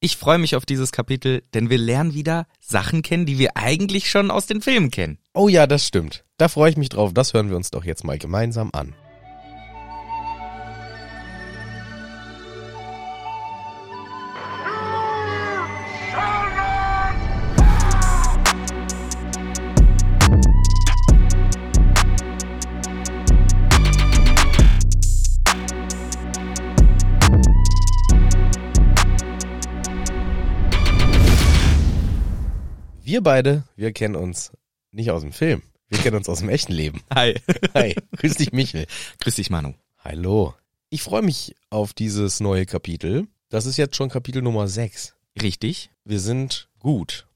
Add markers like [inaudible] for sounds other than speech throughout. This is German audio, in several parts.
Ich freue mich auf dieses Kapitel, denn wir lernen wieder Sachen kennen, die wir eigentlich schon aus den Filmen kennen. Oh ja, das stimmt. Da freue ich mich drauf. Das hören wir uns doch jetzt mal gemeinsam an. Wir beide, wir kennen uns nicht aus dem Film. Wir kennen uns aus dem echten Leben. [laughs] Hi. Hi, grüß dich Michel. Grüß dich, Manu. Hallo. Ich freue mich auf dieses neue Kapitel. Das ist jetzt schon Kapitel Nummer 6. Richtig? Wir sind gut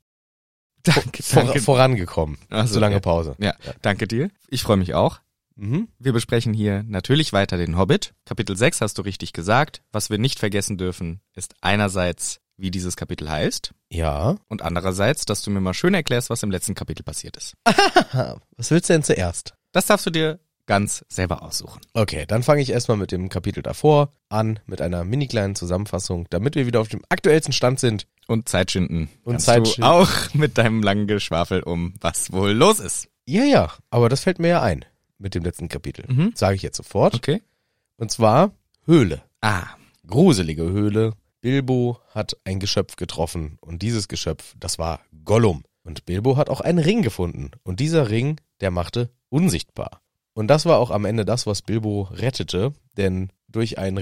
Danke, vor, vorangekommen. Ach so, so lange ja. Pause. Ja, danke dir. Ich freue mich auch. Mhm. Wir besprechen hier natürlich weiter den Hobbit. Kapitel 6 hast du richtig gesagt. Was wir nicht vergessen dürfen, ist einerseits, wie dieses Kapitel heißt Ja. und andererseits, dass du mir mal schön erklärst, was im letzten Kapitel passiert ist. Aha. Was willst du denn zuerst? Das darfst du dir ganz selber aussuchen. Okay, dann fange ich erstmal mit dem Kapitel davor an, mit einer mini kleinen Zusammenfassung, damit wir wieder auf dem aktuellsten Stand sind. Und Zeitschinden. Und kannst Zeitschinden. du auch mit deinem langen Geschwafel um, was wohl los ist. Ja, ja, aber das fällt mir ja ein mit dem letzten Kapitel. Mhm. Sage ich jetzt sofort. Okay. Und zwar Höhle. Ah, Gruselige Höhle. Bilbo hat ein Geschöpf getroffen und dieses Geschöpf, das war Gollum. Und Bilbo hat auch einen Ring gefunden und dieser Ring, der machte unsichtbar. Und das war auch am Ende das, was Bilbo rettete, denn durch ein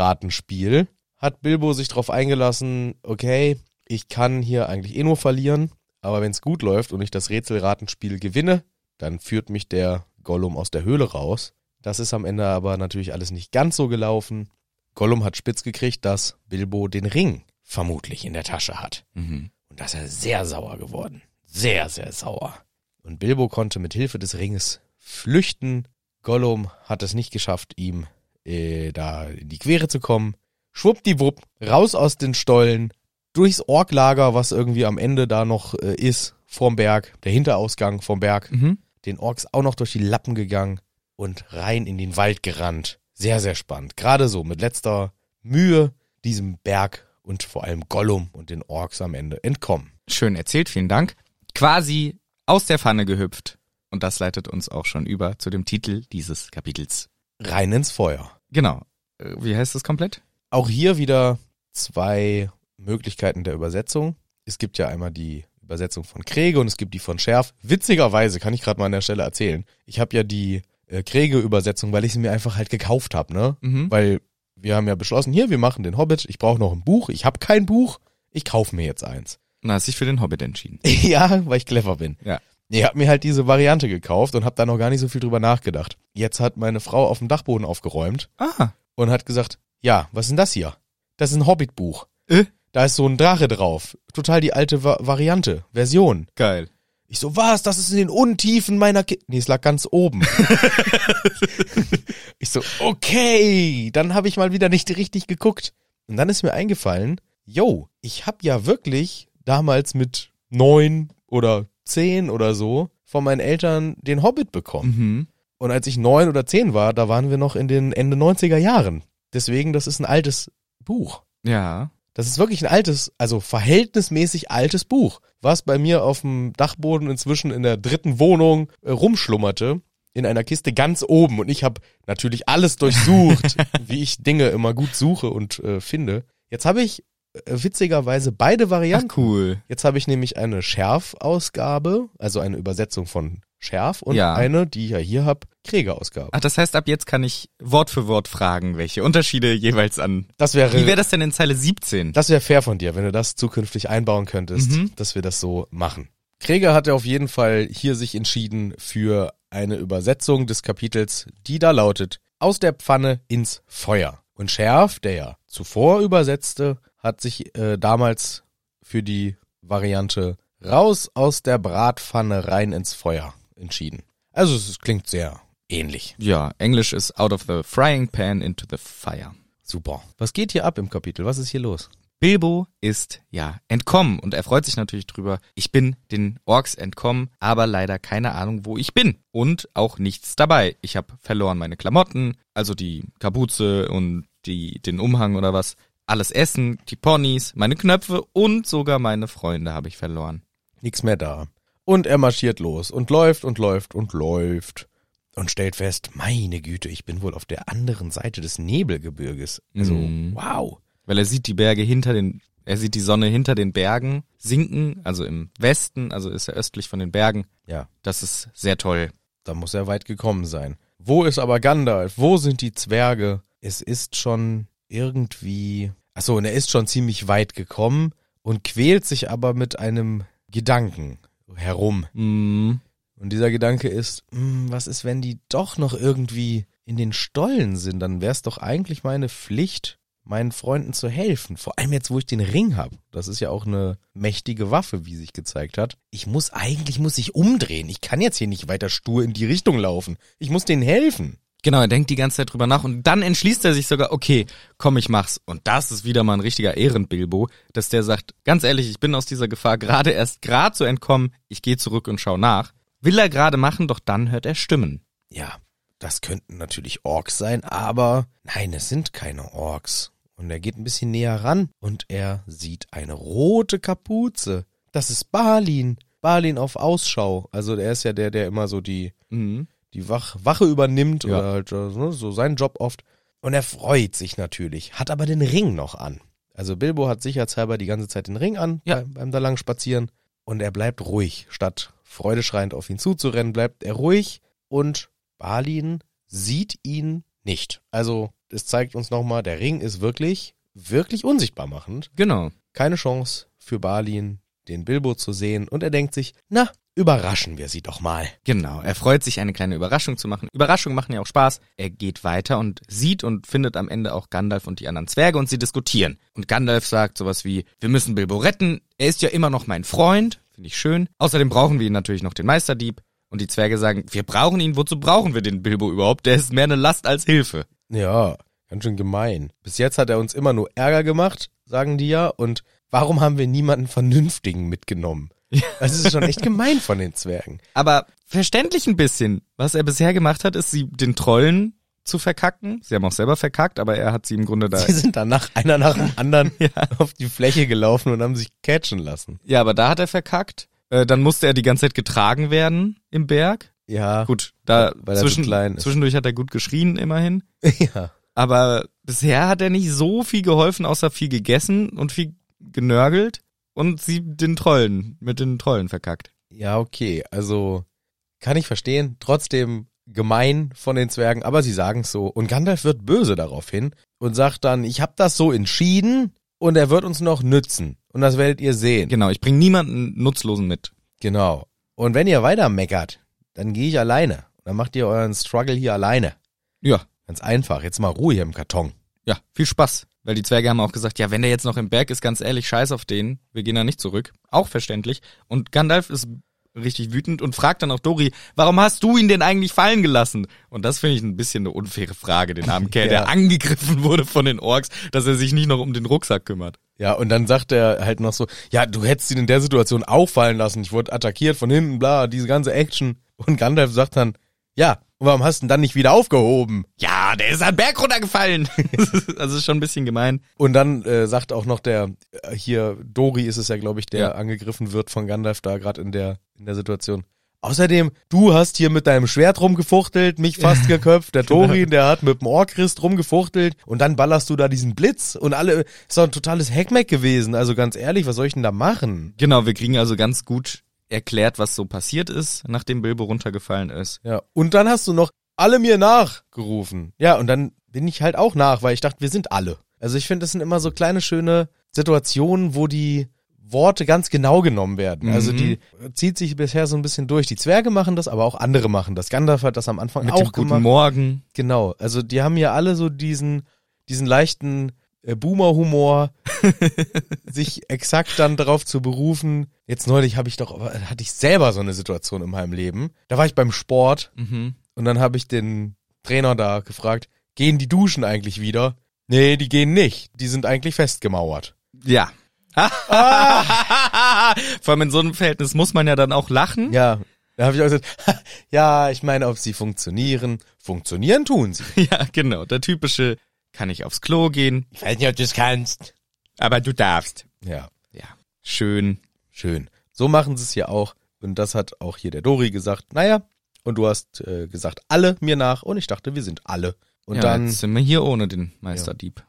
Rätselratenspiel hat Bilbo sich darauf eingelassen, okay, ich kann hier eigentlich eh nur verlieren, aber wenn es gut läuft und ich das Rätselratenspiel gewinne, dann führt mich der Gollum aus der Höhle raus. Das ist am Ende aber natürlich alles nicht ganz so gelaufen. Gollum hat spitz gekriegt, dass Bilbo den Ring vermutlich in der Tasche hat. mhm. Und da ist er sehr sauer geworden. Sehr, sehr sauer. Und Bilbo konnte mit Hilfe des Ringes flüchten. Gollum hat es nicht geschafft, ihm äh, da in die Quere zu kommen. Schwuppdiwupp, raus aus den Stollen, durchs Orklager, was irgendwie am Ende da noch äh, ist, vorm Berg, der Hinterausgang vom Berg, Mhm. den Orks auch noch durch die Lappen gegangen und rein in den Wald gerannt. Sehr, sehr spannend. Gerade so mit letzter Mühe diesem Berg und vor allem Gollum und den Orks am Ende entkommen. Schön erzählt, vielen Dank. Quasi aus der Pfanne gehüpft. Und das leitet uns auch schon über zu dem Titel dieses Kapitels. Rein ins Feuer. Genau. Äh, Wie heißt das komplett? Auch hier wieder zwei Möglichkeiten der Übersetzung. Es gibt ja einmal die Übersetzung von Krege und es gibt die von Schärf. Witzigerweise kann ich gerade mal an der Stelle erzählen. Ich habe ja die äh, Krege-Übersetzung, weil ich sie mir einfach halt gekauft habe, ne? Mhm. Weil wir haben ja beschlossen, hier, wir machen den Hobbit. Ich brauche noch ein Buch. Ich habe kein Buch. Ich kaufe mir jetzt eins. [laughs] Na, hast dich für den Hobbit entschieden. ja, weil ich clever bin. Ja. Ich habe mir halt diese Variante gekauft und habe da noch gar nicht so viel drüber nachgedacht. Jetzt hat meine Frau auf dem Dachboden aufgeräumt Ah. und hat gesagt, ja, was ist denn das hier? Das ist ein Hobbit-Buch. Äh? Da ist so ein Drache drauf. Total die alte Va Variante, Version. Geil. Ich so, was? Das ist in den Untiefen meiner Ki Nee, es lag ganz oben. ich so, okay, dann habe ich mal wieder nicht richtig geguckt. Und dann ist mir eingefallen, yo, ich habe ja wirklich damals mit neun oder zehn oder so von meinen Eltern den Hobbit bekommen. Mhm. Und als ich neun oder zehn war, da waren wir noch in den Ende 90er Jahren. Deswegen, das ist ein altes Buch. Ja. Das ist wirklich ein altes, also verhältnismäßig altes Buch, was bei mir auf dem Dachboden inzwischen in der dritten Wohnung äh, rumschlummerte, in einer Kiste ganz oben. Und ich habe natürlich [laughs] alles durchsucht, wie ich Dinge immer gut suche und äh, finde. Jetzt habe ich äh, witzigerweise beide Ach, Varianten. cool. Jetzt habe ich nämlich eine Schärf-Ausgabe, also eine Übersetzung von Schärf und Ja. eine, die ich ja hier habe, Kriegerausgabe. Ach, das heißt, ab jetzt kann ich Wort für Wort fragen, welche Unterschiede jeweils an. Das wäre Wie wäre das denn in Zeile 17? das wäre fair von dir, wenn du das zukünftig einbauen könntest, Mhm. dass wir das so machen. Kreger hat ja auf jeden Fall hier sich entschieden für eine Übersetzung des Kapitels, die da lautet Aus der Pfanne ins Feuer. Und Schärf, der ja zuvor übersetzte, hat sich äh, damals für die Variante Raus aus der Bratpfanne rein ins Feuer entschieden. Also es klingt sehr ähnlich. ja, Englisch ist out of the frying pan into the fire. Super. Was geht hier ab im Kapitel? Was ist hier los? Bilbo ist ja entkommen und er freut sich natürlich drüber. Ich bin den Orks entkommen, aber leider keine Ahnung, wo ich bin und auch nichts dabei. Ich habe verloren meine Klamotten, also die Kapuze und die den Umhang oder was. alles Essen, die Ponys, meine Knöpfe und sogar meine Freunde habe ich verloren. Nix mehr da. Und er marschiert los und läuft und läuft und läuft und stellt fest, meine Güte, ich bin wohl auf der anderen Seite des Nebelgebirges. Also, Mhm. wow. Weil er sieht die Berge hinter den, er sieht die Sonne hinter den Bergen sinken, also im Westen, also ist er östlich von den Bergen. Ja, Das ist sehr toll. da muss er weit gekommen sein. Wo ist aber Gandalf? Wo sind die Zwerge? Es ist schon irgendwie. Achso, und er ist schon ziemlich weit gekommen und quält sich aber mit einem Gedanken herum. Mhm. Und dieser Gedanke ist, hm, was ist, wenn die doch noch irgendwie in den Stollen sind? Dann wäre es doch eigentlich meine Pflicht, meinen Freunden zu helfen. Vor allem jetzt, wo ich den Ring habe. Das ist ja auch eine mächtige Waffe, wie sich gezeigt hat. Ich muss eigentlich, muss ich umdrehen. Ich kann jetzt hier nicht weiter stur in die Richtung laufen. Ich muss denen helfen. Genau, er denkt die ganze Zeit drüber nach und dann entschließt er sich sogar, okay, komm, ich mach's. Und das ist wieder mal ein richtiger Ehrenbilbo, dass der sagt, ganz ehrlich, ich bin aus dieser Gefahr gerade erst gerade so entkommen, ich gehe zurück und schau nach. Will er gerade machen, doch dann hört er Stimmen. Ja, das könnten natürlich Orks sein, aber nein, es sind keine Orks. Und er geht ein bisschen näher ran und er sieht eine rote Kapuze. Das ist Balin. Balin auf Ausschau. Also er ist ja der, der immer so die, Mhm. die Wach, Wache übernimmt Ja. oder halt äh, ne, so seinen Job oft. Und er freut sich natürlich, hat aber den Ring noch an. Also Bilbo hat sicherheitshalber die ganze Zeit den Ring an Ja. bei- beim da lang spazieren und er bleibt ruhig. Statt freudeschreiend auf ihn zuzurennen, bleibt er ruhig und Balin sieht ihn nicht. Also es zeigt uns nochmal, der Ring ist wirklich, wirklich unsichtbar machend Genau. keine Chance für Balin, den Bilbo zu sehen und er denkt sich, na, überraschen wir sie doch mal. Genau, er freut sich, eine kleine Überraschung zu machen. Überraschungen machen ja auch Spaß. Er geht weiter und sieht und findet am Ende auch Gandalf und die anderen Zwerge und sie diskutieren. Und Gandalf sagt sowas wie, wir müssen Bilbo retten, er ist ja immer noch mein Freund, finde ich schön. Außerdem brauchen wir ihn natürlich noch den Meisterdieb. Und die Zwerge sagen, wir brauchen ihn, wozu brauchen wir den Bilbo überhaupt? Der ist mehr eine Last als Hilfe. Ja, ganz schön gemein. Bis jetzt hat er uns immer nur Ärger gemacht, sagen die ja, und warum haben wir niemanden Vernünftigen mitgenommen? Das ist schon echt gemein von den Zwergen. Aber verständlich ein bisschen. Was er bisher gemacht hat, ist sie den Trollen zu verkacken. Sie haben auch selber verkackt, aber er hat sie im Grunde da Sie sind danach einer nach dem anderen auf die Fläche gelaufen und haben sich catchen lassen. Ja, aber da hat er verkackt. Äh, dann musste er die ganze Zeit getragen werden im Berg. Ja, Gut, da Weil er so zwischen, klein ist. zwischendurch hat er gut geschrien immerhin. [laughs] ja. Aber bisher hat er nicht so viel geholfen, außer viel gegessen und viel genörgelt und sie den Trollen, mit den Trollen verkackt. Ja, okay. Also kann ich verstehen. Trotzdem gemein von den Zwergen, aber sie sagen es so. Und Gandalf wird böse daraufhin und sagt dann, ich habe das so entschieden und er wird uns noch nützen. Und das werdet ihr sehen. Genau, ich bringe niemanden Nutzlosen mit. Genau. Und wenn ihr weiter meckert, dann gehe ich alleine. Dann macht ihr euren Struggle hier alleine. Ja, Ganz einfach. Jetzt mal Ruhe hier im Karton. ja, viel Spaß. Weil die Zwerge haben auch gesagt, ja, wenn der jetzt noch im Berg ist, ganz ehrlich, scheiß auf den. Wir gehen da nicht zurück. Auch verständlich. Und Gandalf ist richtig wütend und fragt dann auch Dori, warum hast du ihn denn eigentlich fallen gelassen? Und das finde ich ein bisschen eine unfaire Frage, den armen [laughs] Kerl, Ja. der angegriffen wurde von den Orks, dass er sich nicht noch um den Rucksack kümmert. Ja, und dann sagt er halt noch so, ja, du hättest ihn in der Situation auffallen lassen. Ich wurde attackiert von hinten, bla, diese ganze Action. Und Gandalf sagt dann, ja, und warum hast du ihn dann nicht wieder aufgehoben? Ja, der ist an den Berg runtergefallen. [laughs] also ist schon ein bisschen gemein. Und dann äh, sagt auch noch der, äh, hier, Dori ist es ja, glaube ich, der Ja. angegriffen wird von Gandalf da gerade in der, in der Situation. Außerdem, du hast hier mit deinem Schwert rumgefuchtelt, mich fast geköpft. Der Dori, der hat mit dem Orkrist rumgefuchtelt und dann ballerst du da diesen Blitz und alle, ist doch ein totales Heckmeck gewesen. Also ganz ehrlich, was soll ich denn da machen? Genau, wir kriegen also ganz gut erklärt, was so passiert ist, nachdem Bilbo runtergefallen ist. Ja, und dann hast du noch alle mir nachgerufen. Ja, und dann bin ich halt auch nach, weil ich dachte, wir sind alle. Also ich finde, das sind immer so kleine schöne Situationen, wo die Worte ganz genau genommen werden. Mhm. Also die äh, zieht sich bisher so ein bisschen durch. Die Zwerge machen das, aber auch andere machen das. Gandalf hat das am Anfang Mit auch dem guten gemacht. Morgen. Genau, also die haben ja alle so diesen, diesen leichten äh, Boomer-Humor, sich exakt dann darauf zu berufen. Jetzt neulich habe ich doch, hatte ich selber so eine Situation in meinem Leben. Da war ich beim Sport Mhm. und dann habe ich den Trainer da gefragt, gehen die Duschen eigentlich wieder? Nee, die gehen nicht. Die sind eigentlich festgemauert. Ja. Ah. [laughs] Vor allem in so einem Verhältnis muss man ja dann auch lachen. [laughs] Ja, da habe ich auch gesagt, [laughs] ja, ich meine, ob sie funktionieren. Funktionieren tun sie. Ja, genau. Der typische Kann ich aufs Klo gehen? Ich weiß nicht, ob du es kannst. Aber du darfst. Ja, Ja. Schön. schön. So machen sie es hier auch. Und das hat auch hier der Dori gesagt. Naja, und du hast äh, gesagt, alle mir nach. Und ich dachte, wir sind alle. Und ja, dann jetzt sind wir hier ohne den Meisterdieb.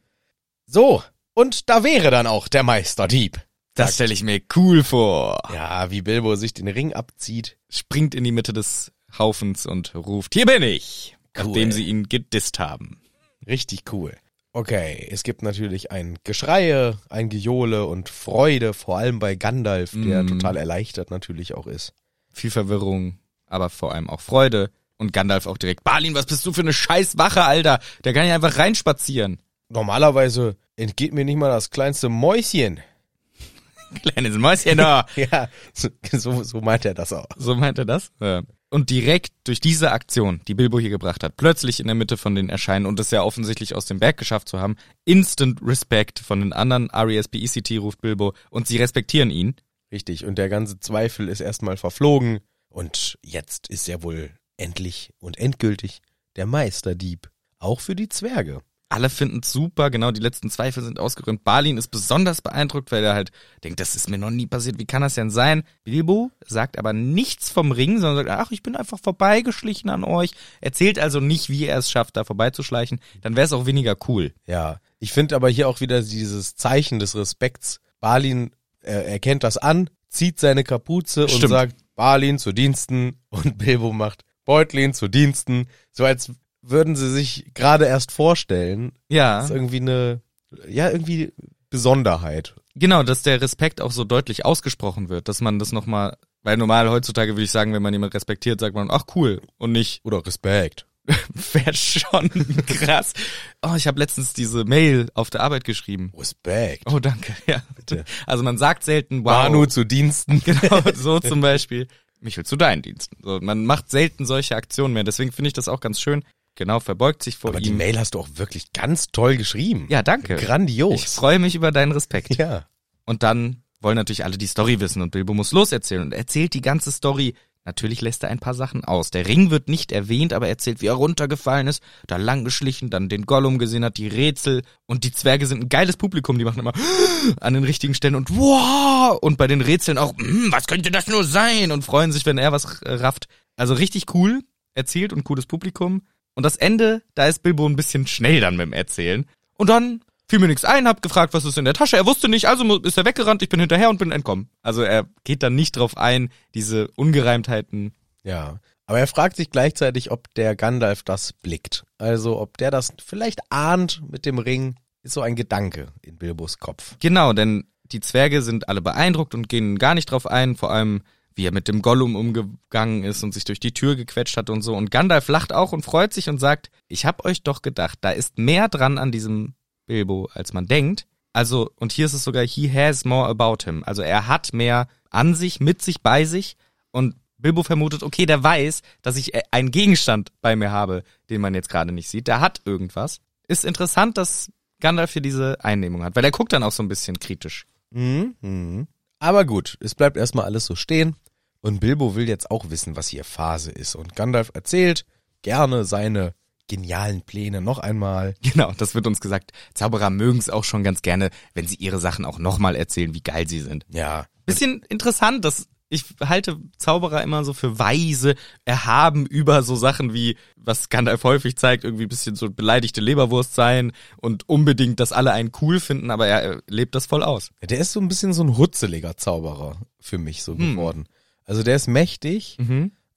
So, und da wäre dann auch der Meisterdieb. Das stelle ich mir cool vor. Ja, wie Bilbo sich den Ring abzieht. Springt in die Mitte des Haufens und ruft, hier bin ich. Cool. Nachdem sie ihn gedisst haben. Richtig cool. Okay, es gibt natürlich ein Geschreie, ein Gejohle und Freude, vor allem bei Gandalf, der Mm. total erleichtert natürlich auch ist. Viel Verwirrung, aber vor allem auch Freude. Und Gandalf auch direkt, Balin, was bist du für eine scheiß Wache, Alter? Der kann ja einfach reinspazieren. Normalerweise entgeht mir nicht mal das kleinste Mäuschen. [laughs] [laughs] Kleines Mäuschen da. Ja, so, so, so meint er das auch. So meint er das. Ja. Und direkt durch diese Aktion, die Bilbo hier gebracht hat, plötzlich in der Mitte von den Erscheinen und es ja offensichtlich aus dem Berg geschafft zu haben, instant Respect von den anderen, E R.E.S.P.E.C.T. ruft Bilbo und sie respektieren ihn. Richtig, und der ganze Zweifel ist erstmal verflogen. Und jetzt ist er wohl endlich und endgültig der Meisterdieb. Auch für die Zwerge. Alle finden es super, genau, die letzten Zweifel sind ausgeräumt. Balin ist besonders beeindruckt, weil er halt denkt, das ist mir noch nie passiert, wie kann das denn sein? Bilbo sagt aber nichts vom Ring, sondern sagt, ach, ich bin einfach vorbeigeschlichen an euch. Erzählt also nicht, wie er es schafft, da vorbeizuschleichen. Dann wäre es auch weniger cool. Ja, ich finde aber hier auch wieder dieses Zeichen des Respekts. Balin äh, erkennt das an, zieht seine Kapuze und Stimmt. sagt Balin zu Diensten und Bilbo macht Beutlin zu Diensten, so als würden sie sich gerade erst vorstellen. Ja. Das ist irgendwie eine ja, irgendwie Besonderheit. Genau, dass der Respekt auch so deutlich ausgesprochen wird, dass man das nochmal, weil normal heutzutage würde ich sagen, wenn man jemanden respektiert, sagt man, ach cool, und nicht, [laughs] Oder Respekt. wär schon krass. Oh, ich habe letztens diese Mail auf der Arbeit geschrieben. Respekt. Oh, danke, ja. Bitte. Also man sagt selten, wow. Manu zu Diensten. [laughs] Genau, so zum Beispiel. Michel, zu deinen Diensten. So, man macht selten solche Aktionen mehr, deswegen finde ich das auch ganz schön. Genau, verbeugt sich vor Aber die ihm. Mail hast du auch wirklich ganz toll geschrieben. ja, danke. Ich Grandios. freue mich über deinen Respekt. Ja. Und dann wollen natürlich alle die Story wissen und Bilbo muss loserzählen und er erzählt die ganze Story. Natürlich lässt er ein paar Sachen aus. Der Ring wird nicht erwähnt, aber er erzählt, wie er runtergefallen ist, da lang geschlichen, dann den Gollum gesehen hat, die Rätsel und die Zwerge sind ein geiles Publikum, die machen immer an den richtigen Stellen und wow und bei den Rätseln auch, "Hm, was könnte das nur sein und freuen sich, wenn er was äh, rafft. Also richtig cool erzählt und cooles Publikum und das Ende, da ist Bilbo ein bisschen schnell dann mit dem Erzählen und dann fiel mir nichts ein, hab gefragt, was ist in der Tasche. Er wusste nicht, also mu- ist er weggerannt, ich bin hinterher und bin entkommen. Also er geht dann nicht drauf ein, diese Ungereimtheiten. Ja. Aber er fragt sich gleichzeitig, ob der Gandalf das blickt. Also, ob der das vielleicht ahnt mit dem Ring, ist so ein Gedanke in Bilbos Kopf. Genau, denn die Zwerge sind alle beeindruckt und gehen gar nicht drauf ein, vor allem wie er mit dem Gollum umgegangen ist und sich durch die Tür gequetscht hat und so. Und Gandalf lacht auch und freut sich und sagt, ich hab euch doch gedacht, da ist mehr dran an diesem Bilbo, als man denkt. Also, und hier ist es sogar, he has more about him. Also er hat mehr an sich, mit sich, bei sich. Und Bilbo vermutet, okay, der weiß, dass ich äh, einen Gegenstand bei mir habe, den man jetzt gerade nicht sieht. Der hat irgendwas. Ist interessant, dass Gandalf hier diese Einnehmung hat, weil er guckt dann auch so ein bisschen kritisch. [laughs] Mhm. Mhm. Aber gut, es bleibt erstmal alles so stehen. Und Bilbo will jetzt auch wissen, was hier Phase ist. Und Gandalf erzählt gerne seine genialen Pläne noch einmal. Genau, das wird uns gesagt. Zauberer mögen es auch schon ganz gerne, wenn sie ihre Sachen auch nochmal erzählen, wie geil sie sind. Ja. Bisschen interessant, dass ich halte Zauberer immer so für weise, erhaben über so Sachen wie, was Gandalf häufig zeigt, irgendwie ein bisschen so beleidigte Leberwurst sein und unbedingt, dass alle einen cool finden, aber er äh, lebt das voll aus. Der ist so ein bisschen so ein hutzeliger Zauberer für mich so Hm. geworden. Also, der ist mächtig.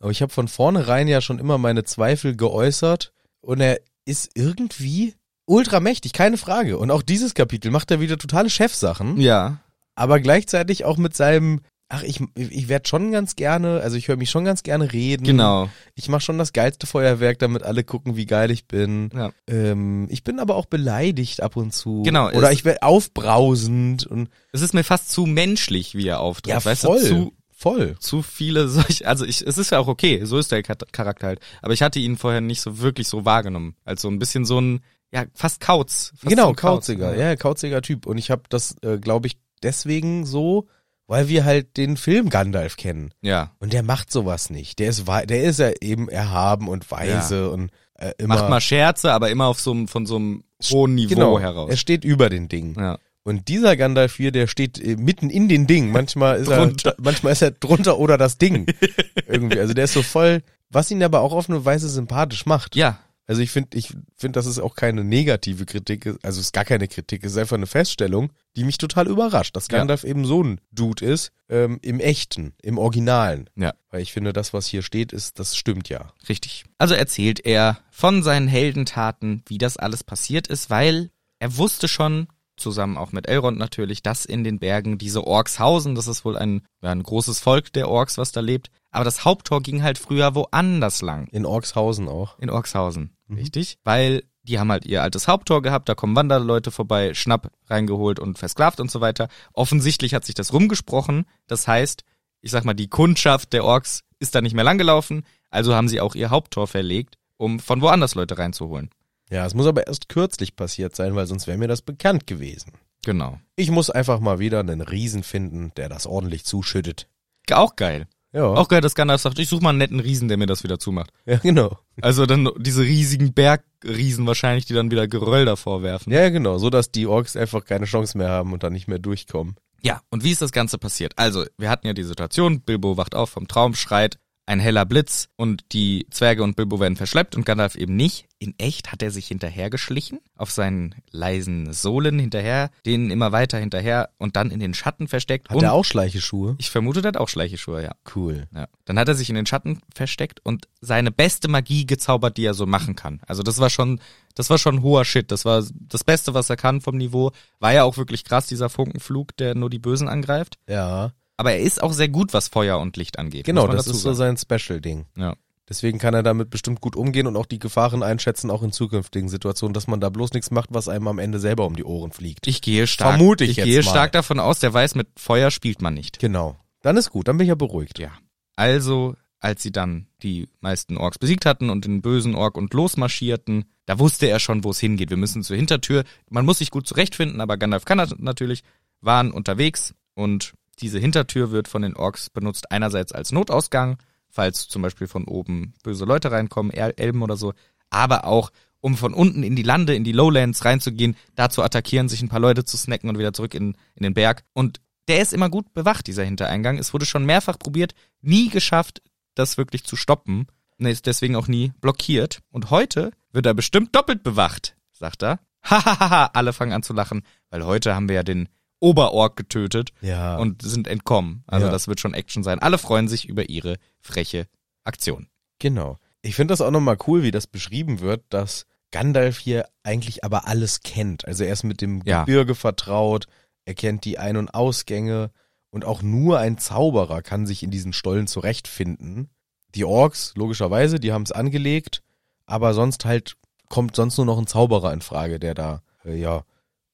Aber ich habe von vornherein ja schon immer meine Zweifel geäußert und er ist irgendwie ultramächtig, keine Frage. Und auch dieses Kapitel macht er wieder totale Chefsachen, Ja. aber gleichzeitig auch mit seinem, ach, ich, ich werde schon ganz gerne, also ich höre mich schon ganz gerne reden. Genau. Ich mache schon das geilste Feuerwerk, damit alle gucken, wie geil ich bin. Ja. Ähm, ich bin aber auch beleidigt ab und zu. Genau, Oder es- ich werde aufbrausend und Es ist mir fast zu menschlich, wie er auftritt. ja, weißt voll, Du, zu, voll. zu viele solche, also ich, es ist ja auch okay, so ist der Kat- Charakter halt. Aber ich hatte ihn vorher nicht so wirklich so wahrgenommen. Als so ein bisschen so ein, ja, fast Kauz. Fast so Genau, ein Kauz. ne? kauziger, ja, kauziger Typ. Und ich habe das, äh, glaube ich, deswegen so weil wir halt den Film Gandalf kennen. Ja. Und der macht sowas nicht. Der ist, wei- der ist ja eben erhaben und weise und äh, immer. Macht mal Scherze, aber immer auf so einem, von so einem hohen Niveau genau, Er heraus. steht über den Dingen. Ja. Und dieser Gandalf hier, der steht äh, mitten in den Ding. Manchmal ist er, Drunter. manchmal ist er drunter oder das Ding. [laughs] Irgendwie. Also der ist so voll, was ihn aber auch auf eine Weise sympathisch macht. ja. Also ich finde, ich finde, das ist auch keine negative Kritik. Also es ist gar keine Kritik. Es ist einfach eine Feststellung, die mich total überrascht, dass Ja. Gandalf eben so ein Dude ist, ähm, im echten, im Originalen. Ja. Weil ich finde, das, was hier steht, ist, das stimmt ja. Richtig. Also erzählt er von seinen Heldentaten, wie das alles passiert ist, weil er wusste schon, zusammen auch mit Elrond natürlich, dass in den Bergen diese Orks hausen. Das ist wohl ein, ja, ein großes Volk der Orks, was da lebt. Aber das Haupttor ging halt früher woanders lang. In Orkshausen auch. In Orkshausen. Richtig? Weil die haben halt ihr altes Haupttor gehabt, da kommen Wanderleute vorbei, Schnapp reingeholt und versklavt und so weiter. Offensichtlich hat sich das rumgesprochen. Das heißt, ich sag mal, die Kundschaft der Orks ist da nicht mehr langgelaufen, also haben sie auch ihr Haupttor verlegt, um von woanders Leute reinzuholen. Ja, es muss aber erst kürzlich passiert sein, weil sonst wäre mir das bekannt gewesen. Genau. Ich muss einfach mal wieder einen Riesen finden, der das ordentlich zuschüttet. Auch geil. Ja, Auch geil, dass Gandalf sagt, ich suche mal einen netten Riesen, der mir das wieder zumacht. ja genau. Also dann diese riesigen Bergriesen wahrscheinlich, die dann wieder Geröll davor werfen. Ja, genau. So, dass die Orks einfach keine Chance mehr haben und dann nicht mehr durchkommen. Ja, und wie ist das Ganze passiert? Also, wir hatten ja die Situation, Bilbo wacht auf vom Traum, schreit, ein heller Blitz und die Zwerge und Bilbo werden verschleppt und Gandalf eben nicht. In echt hat er sich hinterhergeschlichen, auf seinen leisen Sohlen hinterher, denen immer weiter hinterher und dann in den Schatten versteckt. Hat und er auch Schleicheschuhe? Ich vermute, der hat auch Schleicheschuhe, ja. Cool. ja. Dann hat er sich in den Schatten versteckt und seine beste Magie gezaubert, die er so machen kann. Also das war schon, das war schon hoher Shit. Das war das Beste, was er kann vom Niveau. War ja auch wirklich krass, dieser Funkenflug, der nur die Bösen angreift. Ja. Aber er ist auch sehr gut, was Feuer und Licht angeht. Genau, muss man das dazu ist so sagen. sein Special-Ding. Ja. Deswegen kann er damit bestimmt gut umgehen und auch die Gefahren einschätzen, auch in zukünftigen Situationen, dass man da bloß nichts macht, was einem am Ende selber um die Ohren fliegt. Ich gehe stark, Vermute ich jetzt gehe mal. stark davon aus, der weiß, mit Feuer spielt man nicht. Genau. Dann ist gut, dann bin ich ja beruhigt. Ja. Also, als sie dann die meisten Orks besiegt hatten und den bösen Ork und losmarschierten, da wusste er schon, wo es hingeht. Wir müssen zur Hintertür. Man muss sich gut zurechtfinden, aber Gandalf kann das natürlich, waren unterwegs und diese Hintertür wird von den Orks benutzt, einerseits als Notausgang, falls zum Beispiel von oben böse Leute reinkommen, El Elben oder so, aber auch, um von unten in die Lande, in die Lowlands reinzugehen, da zu attackieren, sich ein paar Leute zu snacken und wieder zurück in, in den Berg. Und der ist immer gut bewacht, dieser Hintereingang. Es wurde schon mehrfach probiert, nie geschafft, das wirklich zu stoppen. Und er ist deswegen auch nie blockiert. Und heute wird er bestimmt doppelt bewacht, sagt er. [laughs] Hahaha, alle fangen an zu lachen, weil heute haben wir ja den Oberorg getötet Ja. und Und sind entkommen. Also Ah. Ja. das wird schon Action sein. Alle freuen sich über ihre freche Aktion. genau. Ich finde das auch nochmal cool, wie das beschrieben wird, dass Gandalf hier eigentlich aber alles kennt. Also er ist mit dem Ja. Gebirge vertraut, er kennt die Ein- und Ausgänge und auch nur ein Zauberer kann sich in diesen Stollen zurechtfinden. Die Orks, logischerweise, die haben es angelegt, aber sonst halt kommt sonst nur noch ein Zauberer in Frage, der da äh, ja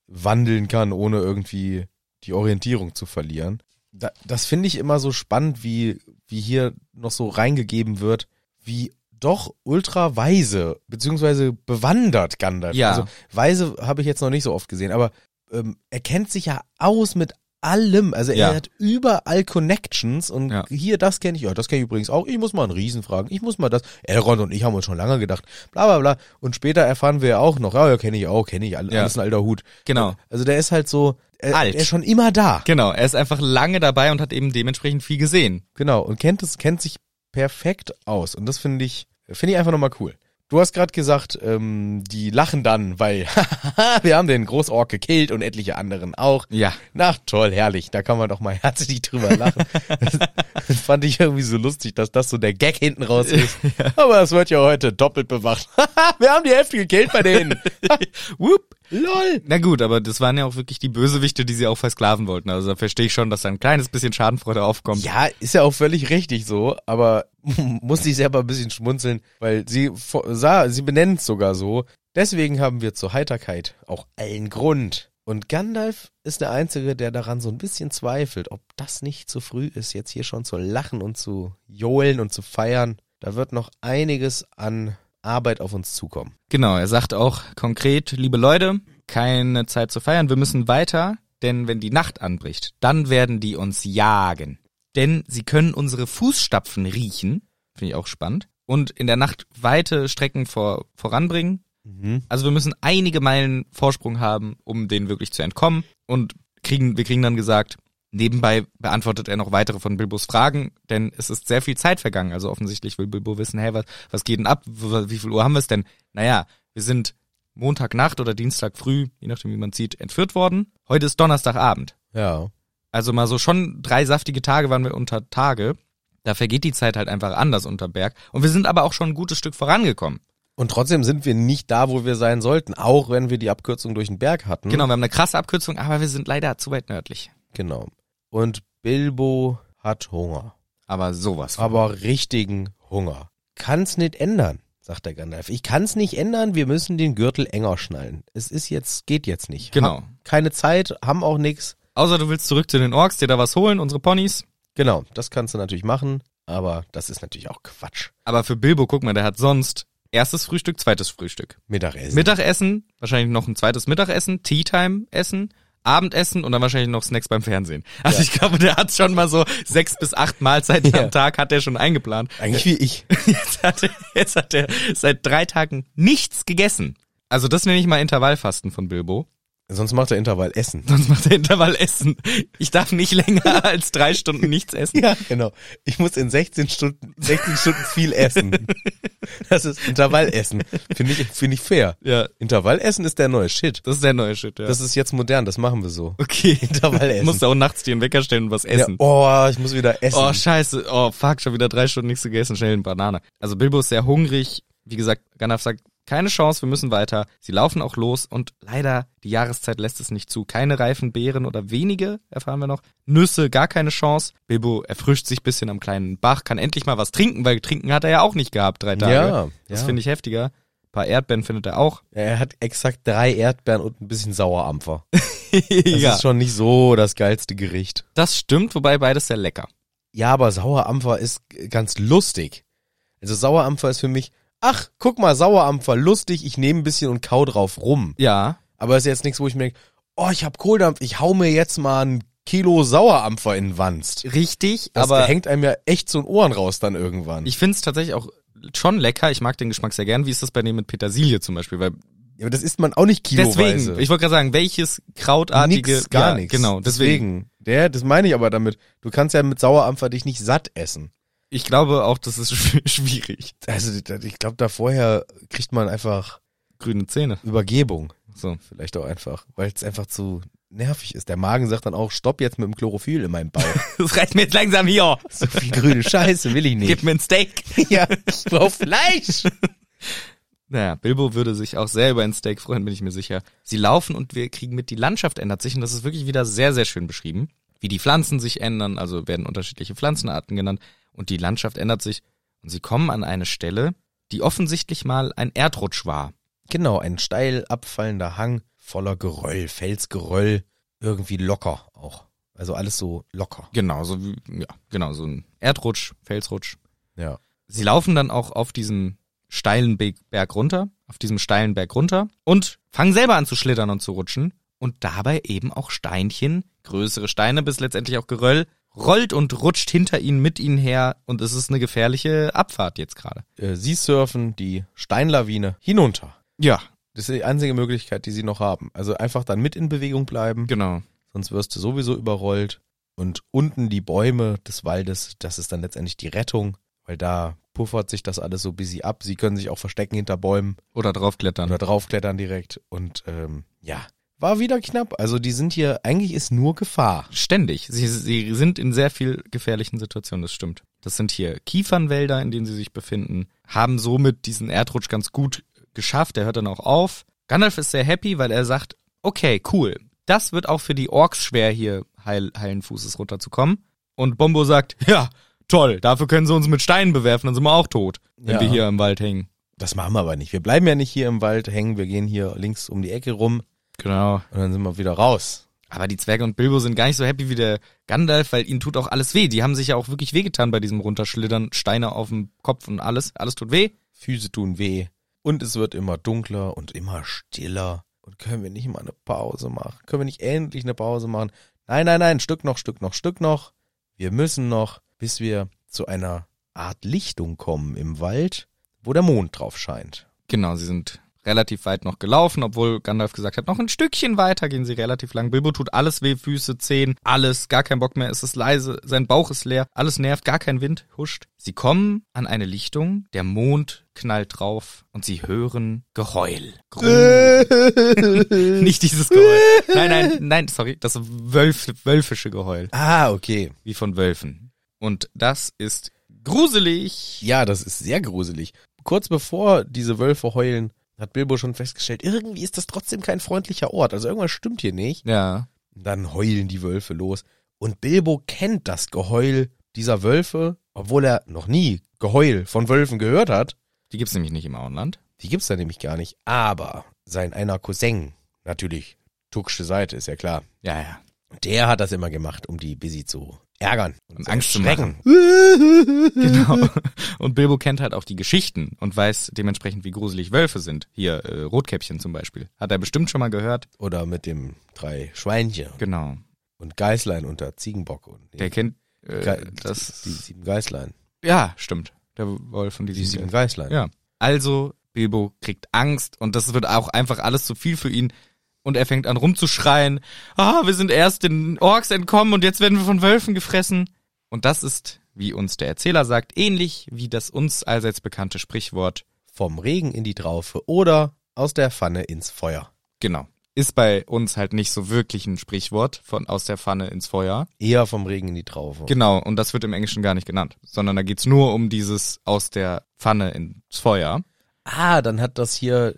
wandeln kann, ohne irgendwie die Orientierung zu verlieren. Da, das finde ich immer so spannend, wie, wie hier noch so reingegeben wird, wie doch ultra weise, beziehungsweise bewandert Gandalf. Ja. Also weise habe ich jetzt noch nicht so oft gesehen, aber ähm, er kennt sich ja aus mit allem. Also er Ja. hat überall Connections und Ja. hier, das kenne ich, ja, das kenne ich übrigens auch. Ich muss mal einen Riesen fragen, ich muss mal das. Elrond und ich haben uns schon lange gedacht, bla bla bla. Und später erfahren wir ja auch noch, ja, ja kenne ich auch, kenne ich, alles Ja. ein alter Hut. Genau. Also der ist halt so, er, Alt. er ist schon immer da. Genau, er ist einfach lange dabei und hat eben dementsprechend viel gesehen. Genau, und kennt es, kennt sich perfekt aus. Und das finde ich, finde ich einfach nochmal cool. Du hast gerade gesagt, ähm, die lachen dann, weil [laughs] wir haben den Großork gekillt und etliche anderen auch. Ja. Na toll, herrlich, da kann man doch mal [laughs] herzlich drüber [laughs] lachen. Das, das fand ich irgendwie so lustig, dass das so der Gag hinten raus ist. Aber das wird [laughs] ja heute doppelt bewacht. [laughs] wir haben die Hälfte gekillt bei denen. Whoop. Lol. Na gut, aber das waren ja auch wirklich die Bösewichte, die sie auch versklaven wollten. Also da verstehe ich schon, dass da ein kleines bisschen Schadenfreude aufkommt. Ja, ist ja auch völlig richtig so, aber [laughs] musste ich selber ein bisschen schmunzeln, weil sie vo- sah, sie benennt es sogar so. Deswegen haben wir zur Heiterkeit auch allen Grund. Und Gandalf ist der Einzige, der daran so ein bisschen zweifelt, ob das nicht zu früh ist, jetzt hier schon zu lachen und zu johlen und zu feiern. Da wird noch einiges an Arbeit auf uns zukommen. Genau, er sagt auch konkret, liebe Leute, keine Zeit zu feiern, wir müssen weiter. denn wenn die Nacht anbricht, dann werden die uns jagen. Denn sie können unsere Fußstapfen riechen, finde ich auch spannend, und in der Nacht weite Strecken vor, voranbringen. Mhm. Also wir müssen einige Meilen Vorsprung haben, um denen wirklich zu entkommen. Und kriegen, wir kriegen dann gesagt, nebenbei beantwortet er noch weitere von Bilbos Fragen, denn es ist sehr viel Zeit vergangen. Also offensichtlich will Bilbo wissen, hey, was, was geht denn ab? W- Wie viel Uhr haben wir es denn? Naja, wir sind Montagnacht oder Dienstag früh, je nachdem wie man sieht, entführt worden. Heute ist Donnerstagabend. Ja. Also mal so schon drei saftige Tage waren wir unter Tage. Da vergeht die Zeit halt einfach anders unter Berg. Und wir sind aber auch schon ein gutes Stück vorangekommen. Und trotzdem sind wir nicht da, wo wir sein sollten, auch wenn wir die Abkürzung durch den Berg hatten. Genau, wir haben eine krasse Abkürzung, aber wir sind leider zu weit nördlich. Genau. Und Bilbo hat Hunger. Aber sowas. von. Aber richtigen Hunger. Kann's nicht ändern, sagt der Gandalf. Ich kann's nicht ändern, wir müssen den Gürtel enger schnallen. Es ist jetzt, geht jetzt nicht. Genau. Hab keine Zeit, haben auch nix. Außer du willst zurück zu den Orks, dir da was holen, unsere Ponys. Genau, das kannst du natürlich machen, aber das ist natürlich auch Quatsch. Aber für Bilbo, guck mal, der hat sonst erstes Frühstück, zweites Frühstück. Mittagessen. Mittagessen, wahrscheinlich noch ein zweites Mittagessen, Tea-Time-Essen, Abendessen und dann wahrscheinlich noch Snacks beim Fernsehen. Also ich glaube, der hat schon mal so sechs bis acht Mahlzeiten Ja. am Tag hat er schon eingeplant. Eigentlich wie ich. [laughs] Jetzt hat, er, jetzt hat er seit drei Tagen nichts gegessen. Also das nenne ich mal Intervallfasten von Bilbo. Sonst macht er Intervall Essen. [laughs] Sonst macht er Intervall essen. Ich darf nicht länger [laughs] als drei Stunden nichts essen. Ja, genau. Ich muss in 16 Stunden, 16 Stunden viel essen. Das ist Intervallessen. Finde ich, finde ich fair. Ja, Intervallessen ist der neue Shit. das ist der neue Shit, ja. Das ist jetzt modern, das machen wir so. okay. [laughs] Intervallessen. Musst du auch nachts dir einen Wecker stellen und was essen. Ja, oh, ich muss wieder essen. Oh, scheiße. Oh, fuck, schon wieder drei Stunden nichts gegessen. Schnell eine Banane. Also Bilbo ist sehr hungrig. Wie gesagt, Gandalf sagt, keine Chance, wir müssen weiter. Sie laufen auch los und leider, die Jahreszeit lässt es nicht zu. Keine reifen Beeren oder wenige, erfahren wir noch. Nüsse, gar keine Chance. Bilbo erfrischt sich bisschen am kleinen Bach, kann endlich mal was trinken, weil trinken hat er ja auch nicht gehabt, drei Tage. Ja, Das ja. finde ich heftiger. Ein paar Erdbeeren findet er [laughs] auch. er hat exakt drei Erdbeeren und ein bisschen Sauerampfer. Das ja, ist schon nicht so das geilste Gericht. das stimmt, wobei beides sehr lecker. Ja, aber Sauerampfer ist g- ganz lustig. Also Sauerampfer ist für mich, ach, guck mal, Sauerampfer, lustig, ich nehme ein bisschen und kau drauf rum. Ja, Aber ist jetzt nichts, wo ich mir denke, oh, ich hab Kohldampf, ich hau mir jetzt mal ein Kilo Sauerampfer in den Wanst. richtig, Das aber hängt einem ja echt zu den Ohren raus dann irgendwann. Ich find's tatsächlich auch schon lecker. Ich mag den Geschmack sehr gern. Wie ist das bei dir mit Petersilie zum Beispiel? Weil ja, aber das isst man auch nicht kiloweise. deswegen, ich wollte gerade sagen, welches krautartige nix, gar ja, nichts. Genau, deswegen. Der, das meine ich aber damit. Du kannst ja mit Sauerampfer dich nicht satt essen. Ich glaube auch, das ist [laughs] schw- schwierig. Also da- ich glaube, da vorher kriegt man einfach Grüne Zähne. Übergebung. So. Vielleicht auch einfach, weil es einfach zu nervig ist. Der Magen sagt dann auch, stopp jetzt mit dem Chlorophyll [laughs] in meinem Bauch. Das reicht mir jetzt langsam hier. so viel grüne Scheiße will ich Gib nicht. mir ein Steak. [laughs] ja, ich brauch Fleisch. Naja, Bilbo würde sich auch sehr über ein Steak freuen, bin ich mir sicher. Sie laufen und wir kriegen mit, die Landschaft ändert sich und das ist wirklich wieder sehr, sehr schön beschrieben. Wie die Pflanzen sich ändern, also werden unterschiedliche Pflanzenarten genannt und die Landschaft ändert sich und sie kommen an eine Stelle, die offensichtlich mal ein Erdrutsch war. Genau, ein steil abfallender Hang voller Geröll, Felsgeröll, irgendwie locker auch. Also alles so locker. Genau, so wie, ja, genau, so ein Erdrutsch, Felsrutsch. Ja. Sie laufen dann auch auf diesem steilen Be- Berg runter, auf diesem steilen Berg runter und fangen selber an zu schlittern und zu rutschen und dabei eben auch Steinchen, größere Steine bis letztendlich auch Geröll, rollt und rutscht hinter ihnen mit ihnen her und es ist eine gefährliche Abfahrt jetzt gerade. Äh, sie surfen die Steinlawine hinunter. Ja, Das ist die einzige Möglichkeit, die sie noch haben. Also einfach dann mit in Bewegung bleiben, genau. sonst wirst du sowieso überrollt. Und unten die Bäume des Waldes, das ist dann letztendlich die Rettung, weil da puffert sich das alles so busy ab. Sie können sich auch verstecken hinter Bäumen Oder draufklettern. oder draufklettern direkt. Und ähm, ja, war wieder knapp. Also die sind hier, eigentlich ist nur Gefahr. Ständig. Sie, sie sind in sehr viel gefährlichen Situationen, das stimmt. Das sind hier Kiefernwälder, in denen sie sich befinden, haben somit diesen Erdrutsch ganz gut geschafft. Der hört dann auch auf. Gandalf ist sehr happy, weil er sagt, okay, cool. Das wird auch für die Orks schwer, hier heil, heilen Fußes runterzukommen. Und Bombo sagt, ja, toll, dafür können sie uns mit Steinen bewerfen, dann sind wir auch tot, wenn Ja. wir hier im Wald hängen. Das machen wir aber nicht. Wir bleiben ja nicht hier im Wald hängen. Wir gehen hier links um die Ecke rum Genau. und dann sind wir wieder raus. Aber die Zwerge und Bilbo sind gar nicht so happy wie der Gandalf, weil ihnen tut auch alles weh. Die haben sich ja auch wirklich wehgetan bei diesem Runterschlittern, Steine auf dem Kopf und alles. Alles tut weh. Füße tun weh. Und es wird immer dunkler und immer stiller. Und können wir nicht mal eine Pause machen? Können wir nicht endlich eine Pause machen? Nein, nein, nein, Stück noch, Stück noch, Stück noch. Wir müssen noch, bis wir zu einer Art Lichtung kommen im Wald, wo der Mond drauf scheint. Genau, sie sind relativ weit noch gelaufen, obwohl Gandalf gesagt hat, noch ein Stückchen weiter gehen sie relativ lang. Bilbo tut alles weh, Füße, Zehen, alles, gar kein Bock mehr, es ist leise, sein Bauch ist leer, alles nervt, gar kein Wind, huscht. Sie kommen an eine Lichtung, der Mond knallt drauf und sie hören Geheul. Grum. Nicht dieses Geheul. Nein, nein, nein, sorry, das Wölf, wölfische Geheul, ah, okay. wie von Wölfen. Und das ist gruselig. Ja, das ist sehr gruselig. Kurz bevor diese Wölfe heulen, hat Bilbo schon festgestellt, irgendwie ist das trotzdem kein freundlicher Ort. Also irgendwas stimmt hier nicht. Ja. Dann heulen die Wölfe los. Und Bilbo kennt das Geheul dieser Wölfe, obwohl er noch nie Geheul von Wölfen gehört hat. Die gibt's nämlich nicht im Auenland. Die gibt's da nämlich gar nicht. Aber sein einer Cousin, natürlich, tucksche Seite, ist ja klar. Ja, [laughs] ja. Der hat das immer gemacht, um die Busy zu ärgern Und Angst zu machen. machen. Genau. Und Bilbo kennt halt auch die Geschichten und weiß dementsprechend, wie gruselig Wölfe sind. Hier, äh, Rotkäppchen zum Beispiel. Hat er bestimmt schon mal gehört. Oder mit dem drei Schweinchen Genau. und Geißlein unter Ziegenbock und Der kennt äh, Ge- das. die sieben Geißlein. ja, stimmt. Der Wolf von Die sieben diesem. Geißlein. Ja. Also, Bilbo kriegt Angst und das wird auch einfach alles zu viel für ihn. Und er fängt an rumzuschreien. Ah, wir sind erst den Orks entkommen und jetzt werden wir von Wölfen gefressen. Und das ist, wie uns der Erzähler sagt, ähnlich wie das uns allseits bekannte Sprichwort Vom Regen in die Traufe oder aus der Pfanne ins Feuer. Genau. Ist bei uns halt nicht so wirklich ein Sprichwort von aus der Pfanne ins Feuer. Eher vom Regen in die Traufe. Genau, und das wird im Englischen gar nicht genannt, sondern da geht's nur um dieses aus der Pfanne ins Feuer. ah, dann hat das hier,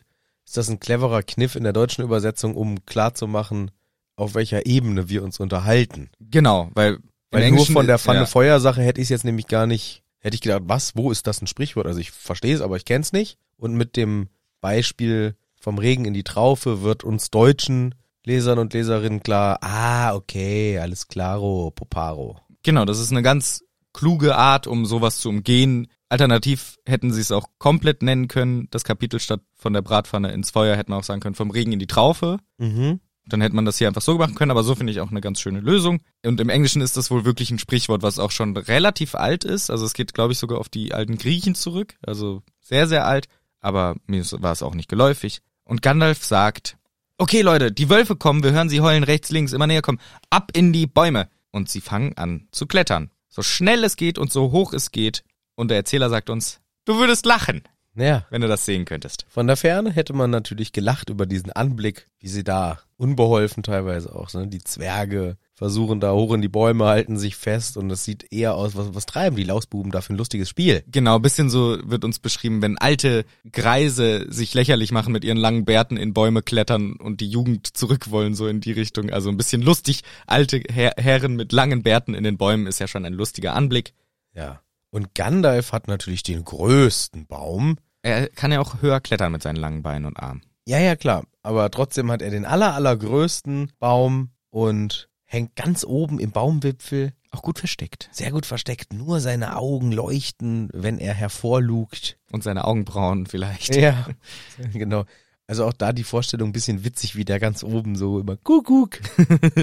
ist das ein cleverer Kniff in der deutschen Übersetzung, um klarzumachen, auf welcher Ebene wir uns unterhalten. Genau, weil, im Weil nur Englischen- von der Pfanne ja, Feuersache hätte ich es jetzt nämlich gar nicht, hätte ich gedacht, was, wo ist das ein Sprichwort? Also ich verstehe es, aber ich kenne es nicht. Und mit dem Beispiel vom Regen in die Traufe wird uns deutschen Lesern und Leserinnen klar, ah, okay, alles klaro, poparo. Genau, das ist eine ganz kluge Art, um sowas zu umgehen. Alternativ hätten sie es auch komplett nennen können, das Kapitel statt von der Bratpfanne ins Feuer hätten auch sagen können, vom Regen in die Traufe. Mhm. Dann hätte man das hier einfach so machen können, aber so finde ich auch eine ganz schöne Lösung. Und im Englischen ist das wohl wirklich ein Sprichwort, was auch schon relativ alt ist. Also es geht, glaube ich, sogar auf die alten Griechen zurück. Also sehr, sehr alt. Aber mir ist- war es auch nicht geläufig. Und Gandalf sagt, okay Leute, die Wölfe kommen, wir hören sie heulen rechts, links, immer näher kommen. Ab in die Bäume. Und sie fangen an zu klettern. So schnell es geht und so hoch es geht. Und der Erzähler sagt uns, du würdest lachen, Naja, wenn du das sehen könntest. von der Ferne hätte man natürlich gelacht über diesen Anblick, wie sie da unbeholfen teilweise auch, ne? die Zwerge versuchen da hoch in die Bäume, halten sich fest und es sieht eher aus, was, was treiben die Lausbuben da für ein lustiges Spiel? Genau, bisschen so wird uns beschrieben, wenn alte Greise sich lächerlich machen mit ihren langen Bärten in Bäume klettern und die Jugend zurück wollen, so in die Richtung. Also ein bisschen lustig. Alte Her Herren mit langen Bärten in den Bäumen ist ja schon ein lustiger Anblick. Ja. Und Gandalf hat natürlich den größten Baum. Er kann ja auch höher klettern mit seinen langen Beinen und Armen. Ja, ja, klar. Aber trotzdem hat er den aller, allergrößten Baum und hängt ganz oben im Baumwipfel, Auch gut versteckt. sehr gut versteckt. Nur seine Augen leuchten, wenn er hervorlugt. Und seine Augenbrauen [laughs] vielleicht. Ja, genau. Also auch da die Vorstellung ein bisschen witzig, wie der ganz oben so immer Kuckuck, [laughs]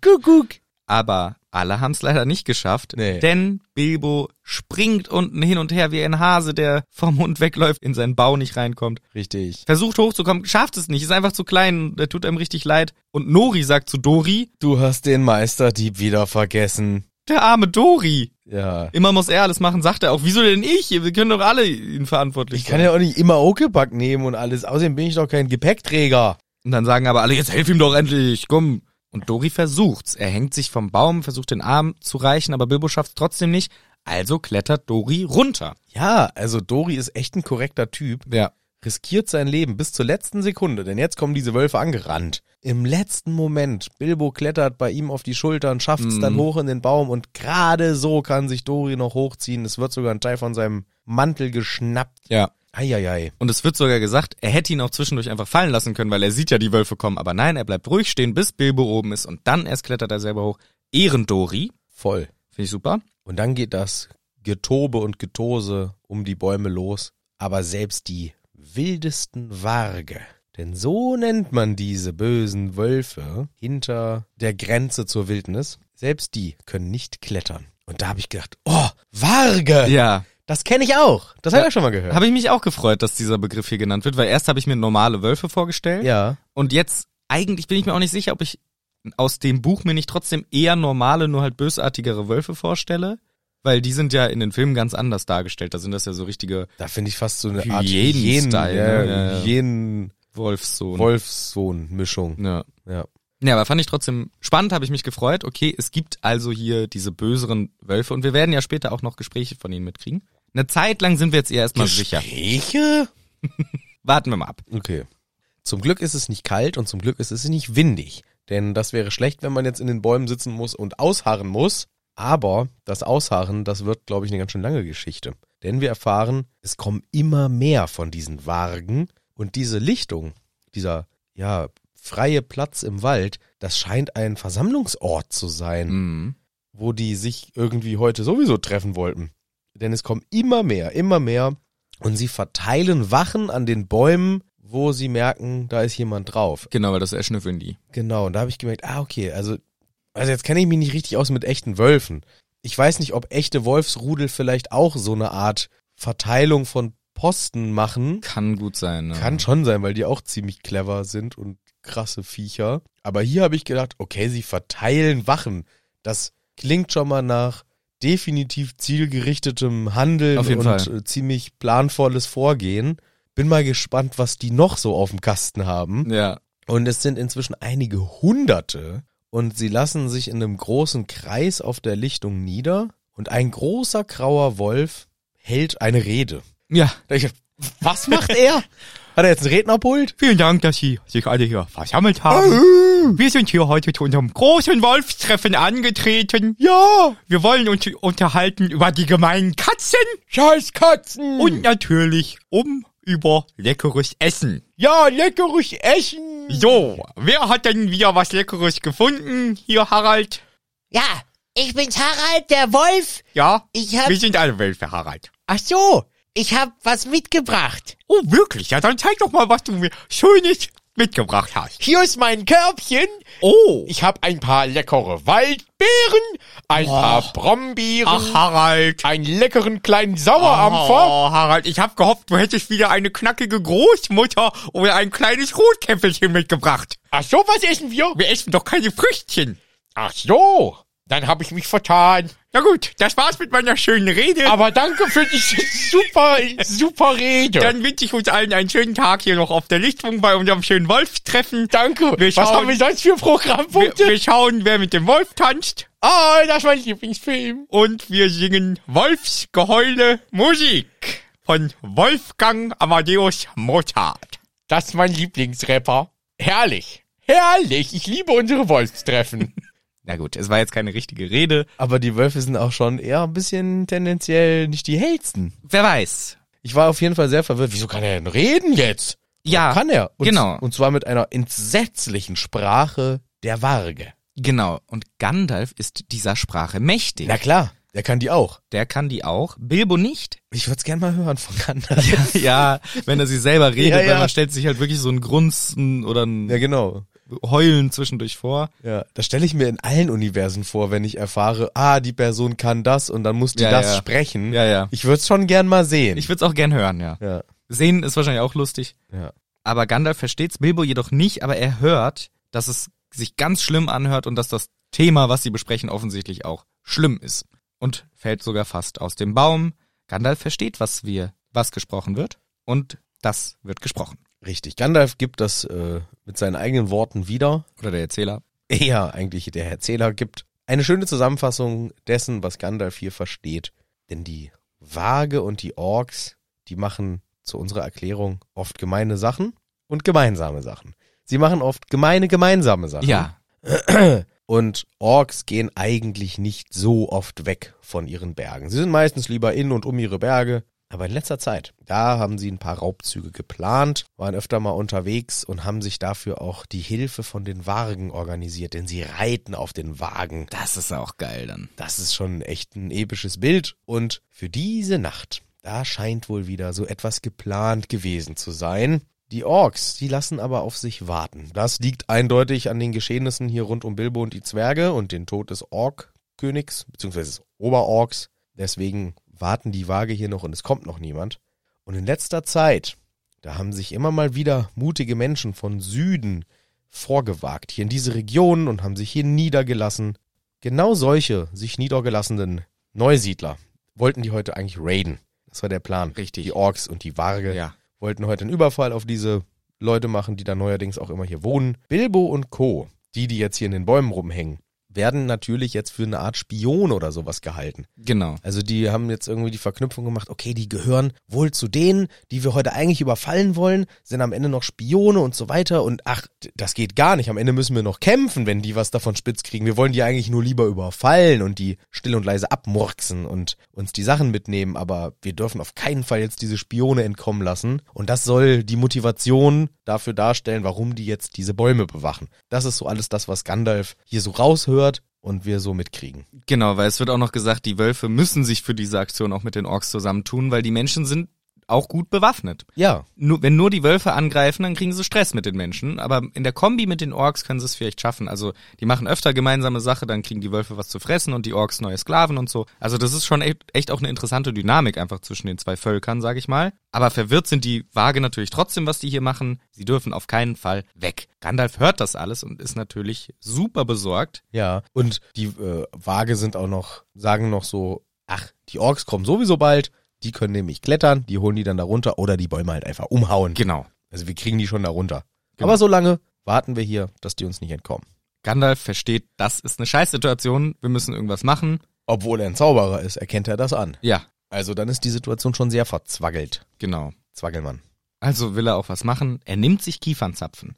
Kuckuck. Aber alle haben es leider nicht geschafft, Nee. denn Bilbo springt unten hin und her wie ein Hase, der vom Hund wegläuft, in seinen Bau nicht reinkommt. Richtig. versucht hochzukommen, schafft es nicht, ist einfach zu klein, der tut einem richtig leid. Und Nori sagt zu Dori, Du hast den Meisterdieb wieder vergessen. der arme Dori, Ja. immer muss er alles machen, sagt er auch, wieso denn ich? Wir können doch alle ihn verantwortlich Ich kann ja auch nicht immer Okepack nehmen und alles. Außerdem bin ich doch kein Gepäckträger. Und dann sagen aber alle, jetzt helf ihm doch endlich, komm. Und Dori versucht's. Er hängt sich vom Baum, versucht den Arm zu reichen, aber Bilbo schafft's trotzdem nicht. Also klettert Dori runter. Ja, also Dori ist echt ein korrekter Typ. Ja. Riskiert sein Leben bis zur letzten Sekunde, denn jetzt kommen diese Wölfe angerannt. Im letzten Moment, Bilbo klettert bei ihm auf die Schultern, schafft's dann hoch in den Baum und gerade so kann sich Dori noch hochziehen. Es wird sogar ein Teil von seinem Mantel geschnappt. Ja. Eieiei. Und es wird sogar gesagt, er hätte ihn auch zwischendurch einfach fallen lassen können, weil er sieht ja die Wölfe kommen. Aber nein, er bleibt ruhig stehen, bis Bilbo oben ist und dann erst klettert er selber hoch. Ehrendori, Voll. Finde ich super. Und dann geht das Getobe und Getose um die Bäume los. Aber selbst die wildesten Warge Denn so nennt man diese bösen Wölfe hinter der Grenze zur Wildnis. Selbst die können nicht klettern. Und da habe ich gedacht, oh, Warge! Ja. Das kenne ich auch. Das habe ich schon mal gehört. Habe ich mich auch gefreut, dass dieser Begriff hier genannt wird, weil erst habe ich mir normale Wölfe vorgestellt. ja. Und jetzt, eigentlich bin ich mir auch nicht sicher, ob ich aus dem Buch mir nicht trotzdem eher normale, nur halt bösartigere Wölfe vorstelle. Weil die sind ja in den Filmen ganz anders dargestellt. Da sind das ja so richtige Da finde ich fast so eine Art Hyänen-Style, Hyänen- ne? Ja, ja, ja. Hyänen Wolfssohn. Wolfssohn-Mischung. ja. Ja. ja, aber fand ich trotzdem spannend, habe ich mich gefreut. Okay, es gibt also hier diese böseren Wölfe und wir werden ja später auch noch Gespräche von ihnen mitkriegen. Eine Zeit lang sind wir jetzt eher erstmal sicher. Gespräche? Warten wir mal ab. Okay. Zum Glück ist es nicht kalt und zum Glück ist es nicht windig. Denn das wäre schlecht, wenn man jetzt in den Bäumen sitzen muss und ausharren muss. Aber das Ausharren, das wird, glaube ich, eine ganz schön lange Geschichte. Denn wir erfahren, es kommen immer mehr von diesen Wargen. Und diese Lichtung, dieser, ja, freie Platz im Wald, das scheint ein Versammlungsort zu sein Mhm. wo die sich irgendwie heute sowieso treffen wollten. Denn es kommen immer mehr, immer mehr. Und sie verteilen Wachen an den Bäumen, wo sie merken, da ist jemand drauf. Genau, weil das erschnüffeln die. Genau, und da habe ich gemerkt, ah, okay, also, also jetzt kenne ich mich nicht richtig aus mit echten Wölfen. Ich weiß nicht, ob echte Wolfsrudel vielleicht auch so eine Art Verteilung von Posten machen. Kann gut sein. Ne? Kann schon sein, weil die auch ziemlich clever sind und krasse Viecher. Aber hier habe ich gedacht, okay, sie verteilen Wachen. Das klingt schon mal nach definitiv zielgerichtetem Handeln Auf jeden und Fall. äh, ziemlich planvolles Vorgehen. Bin mal gespannt, was die noch so auf dem Kasten haben. Ja. Und es sind inzwischen einige Hunderte und sie lassen sich in einem großen Kreis auf der Lichtung nieder und ein großer grauer Wolf hält eine Rede. Ja. Da ich, [laughs] was macht er? Hat er jetzt ein Rednerpult? Vielen Dank, dass Sie sich alle hier versammelt haben. Wir sind hier heute zu unserem großen Wolfstreffen angetreten. Ja, Wir wollen uns unterhalten über die gemeinen Katzen scheiß Katzen. und natürlich um über leckeres Essen. ja, leckeres Essen. So, wer hat denn wieder was Leckeres gefunden? Hier, Harald. Ja, ich bin's Harald, der Wolf. Ja? Ich hab, Wir sind alle Wölfe, Harald. ach so, ich hab was mitgebracht. Oh, wirklich? Ja, dann zeig doch mal, was du mir Schönes mitgebracht hast. Hier ist mein Körbchen. Oh. Ich habe ein paar leckere Waldbeeren, ein paar Brombeeren, Ach, Harald. einen leckeren kleinen Sauerampfer. Oh, Harald, ich hab gehofft, du hättest wieder eine knackige Großmutter oder ein kleines Rotkäppelchen mitgebracht. Ach so, was essen wir? Wir essen doch keine Früchtchen. Ach so, dann habe ich mich vertan. [laughs] Na gut, das war's mit meiner schönen Rede. Aber danke für diese [laughs] super, super Rede. Dann wünsche ich uns allen einen schönen Tag hier noch auf der Lichtung bei unserem schönen Wolfstreffen. danke. wir Was schauen- haben wir sonst für Wir, Programmpunkte? wir schauen, wer mit dem Wolf tanzt Ah, das war mein Lieblingsfilm. und wir singen Wolfsgeheule Musik von Wolfgang Amadeus Mozart. Das ist mein Lieblingsrapper. Herrlich. Herrlich. Ich liebe unsere Wolfstreffen. Na gut, es war jetzt keine richtige Rede. Aber die Wölfe sind auch schon eher ein bisschen tendenziell nicht die hellsten. Wer weiß. Ich war auf jeden Fall sehr verwirrt. Wieso Wieso kann er denn reden jetzt? Ja, kann er? Und, genau. Und zwar mit einer entsetzlichen Sprache der Warge. genau. Und Gandalf ist dieser Sprache mächtig. Na klar, der kann die auch. Der kann die auch. Bilbo nicht. [laughs] Ich würde es gerne mal hören von Gandalf. Ja, ja, wenn er sie selber redet, Ja, weil ja. man stellt sich halt wirklich so ein Grunzen oder ein genau. Heulen zwischendurch vor. Ja, das stelle ich mir in allen Universen vor, wenn ich erfahre, ah, die Person kann das und dann muss die Ja, das ja. sprechen. Ja, ja. Ich würde es schon gern mal sehen. Ich würde es auch gern hören, ja. ja, Sehen ist wahrscheinlich auch lustig. ja. Aber Gandalf versteht's, Bilbo jedoch nicht, aber er hört, dass es sich ganz schlimm anhört und dass das Thema, was sie besprechen, offensichtlich auch schlimm ist. Und fällt sogar fast aus dem Baum. Gandalf versteht, was wir, was gesprochen wird. Und das wird gesprochen. Richtig. Gandalf gibt das äh, mit seinen eigenen Worten wieder. Oder der Erzähler. Eher eigentlich der Erzähler gibt eine schöne Zusammenfassung dessen, was Gandalf hier versteht. Denn die Waage und die Orks, die machen zu unserer Erklärung oft gemeine Sachen und gemeinsame Sachen. Sie machen oft gemeine gemeinsame Sachen. Ja. Und Orks gehen eigentlich nicht so oft weg von ihren Bergen. Sie sind meistens lieber in und um ihre Berge. Aber in letzter Zeit, da haben sie ein paar Raubzüge geplant, waren öfter mal unterwegs und haben sich dafür auch die Hilfe von den Wagen organisiert, denn sie reiten auf den Wagen. Das ist auch geil dann. Das ist schon echt ein episches Bild. Und für diese Nacht, da scheint wohl wieder so etwas geplant gewesen zu sein. Die Orks, die lassen aber auf sich warten. Das liegt eindeutig an den Geschehnissen hier rund um Bilbo und die Zwerge und den Tod des Ork-Königs, beziehungsweise des Oberorks. Deswegen warten die Waage hier noch und es kommt noch niemand. Und in letzter Zeit, da haben sich immer mal wieder mutige Menschen von Süden vorgewagt, hier in diese Regionen und haben sich hier niedergelassen. Genau solche sich niedergelassenen Neusiedler wollten die heute eigentlich raiden. Das war der Plan. Richtig. Die Orks und die Waage Ja. wollten heute einen Überfall auf diese Leute machen, die da neuerdings auch immer hier wohnen. Bilbo und Co., die, die jetzt hier in den Bäumen rumhängen, werden natürlich jetzt für eine Art Spion oder sowas gehalten. Genau. Also die haben jetzt irgendwie die Verknüpfung gemacht, okay, die gehören wohl zu denen, die wir heute eigentlich überfallen wollen, sind am Ende noch Spione und so weiter und ach, d- das geht gar nicht. Am Ende müssen wir noch kämpfen, wenn die was davon spitz kriegen. Wir wollen die eigentlich nur lieber überfallen und die still und leise abmurksen und uns die Sachen mitnehmen, aber wir dürfen auf keinen Fall jetzt diese Spione entkommen lassen und das soll die Motivation dafür darstellen, warum die jetzt diese Bäume bewachen. Das ist so alles das, was Gandalf hier so raushört und wir so mitkriegen. Genau, weil es wird auch noch gesagt, die Wölfe müssen sich für diese Aktion auch mit den Orks zusammentun, weil die Menschen sind auch gut bewaffnet. Ja, Nur, wenn nur die Wölfe angreifen, dann kriegen sie Stress mit den Menschen. Aber in der Kombi mit den Orks können sie es vielleicht schaffen. Also die machen öfter gemeinsame Sache, dann kriegen die Wölfe was zu fressen und die Orks neue Sklaven und so. Also das ist schon echt, echt auch eine interessante Dynamik einfach zwischen den zwei Völkern, sag ich mal. Aber verwirrt sind die Waage natürlich trotzdem, was die hier machen. Sie dürfen auf keinen Fall weg. Gandalf hört das alles und ist natürlich super besorgt. Ja, und die äh, Waage sind auch noch, sagen noch so, ach, die Orks kommen sowieso bald, die können nämlich klettern, die holen die dann da runter oder die Bäume halt einfach umhauen. Genau. Also wir kriegen die schon da runter. Genau. Aber so lange warten wir hier, dass die uns nicht entkommen. Gandalf versteht, das ist eine Scheißsituation, wir müssen irgendwas machen. Obwohl er ein Zauberer ist, erkennt er das an. Ja, Also dann ist die Situation schon sehr verzwaggelt. genau. Zwaggelmann. Also will er auch was machen. Er nimmt sich Kiefernzapfen.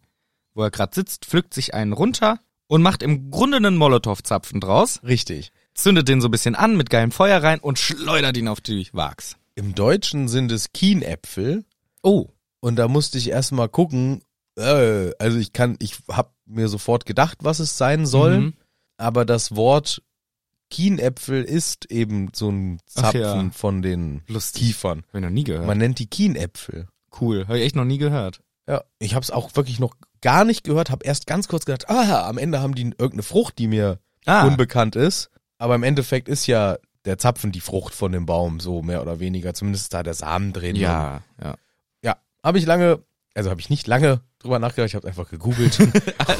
Wo er gerade sitzt, pflückt sich einen runter und macht im Grunde einen Molotow-Zapfen draus, Richtig. zündet den so ein bisschen an mit geilem Feuer rein und schleudert ihn auf die Wags. Im Deutschen sind es Kienäpfel. Oh. Und da musste ich erstmal gucken, äh, also ich kann, ich habe mir sofort gedacht, was es sein soll, Mhm. aber das Wort Kienäpfel ist eben so ein Ach Zapfen ja. von den Lustig. Kiefern. Hab ich noch nie gehört. Man nennt die Kienäpfel. cool. Habe ich echt noch nie gehört. Ja, ich habe es auch wirklich noch gar nicht gehört, habe erst ganz kurz gedacht, ah, am Ende haben die irgendeine Frucht, die mir Ah, unbekannt ist, aber im Endeffekt ist ja der Zapfen die Frucht von dem Baum, so mehr oder weniger, zumindest ist da der Samen drin. Und ja, ja. [laughs] Ja, habe ich lange, also habe ich nicht lange drüber nachgedacht, ich habe einfach [laughs] gegoogelt.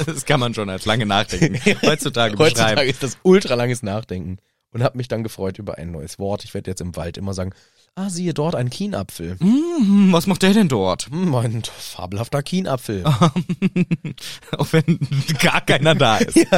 Das kann man schon als lange [laughs] nachdenken. Heutzutage, Heutzutage beschreiben. ist das ultra langes Nachdenken und habe mich dann gefreut über ein neues Wort. Ich werde jetzt im Wald immer sagen, ah, siehe dort ein Kienapfel. Mhm, was macht der denn dort? Hm, ein fabelhafter Kienapfel. Ah. [laughs] auch wenn gar keiner da ist. [laughs]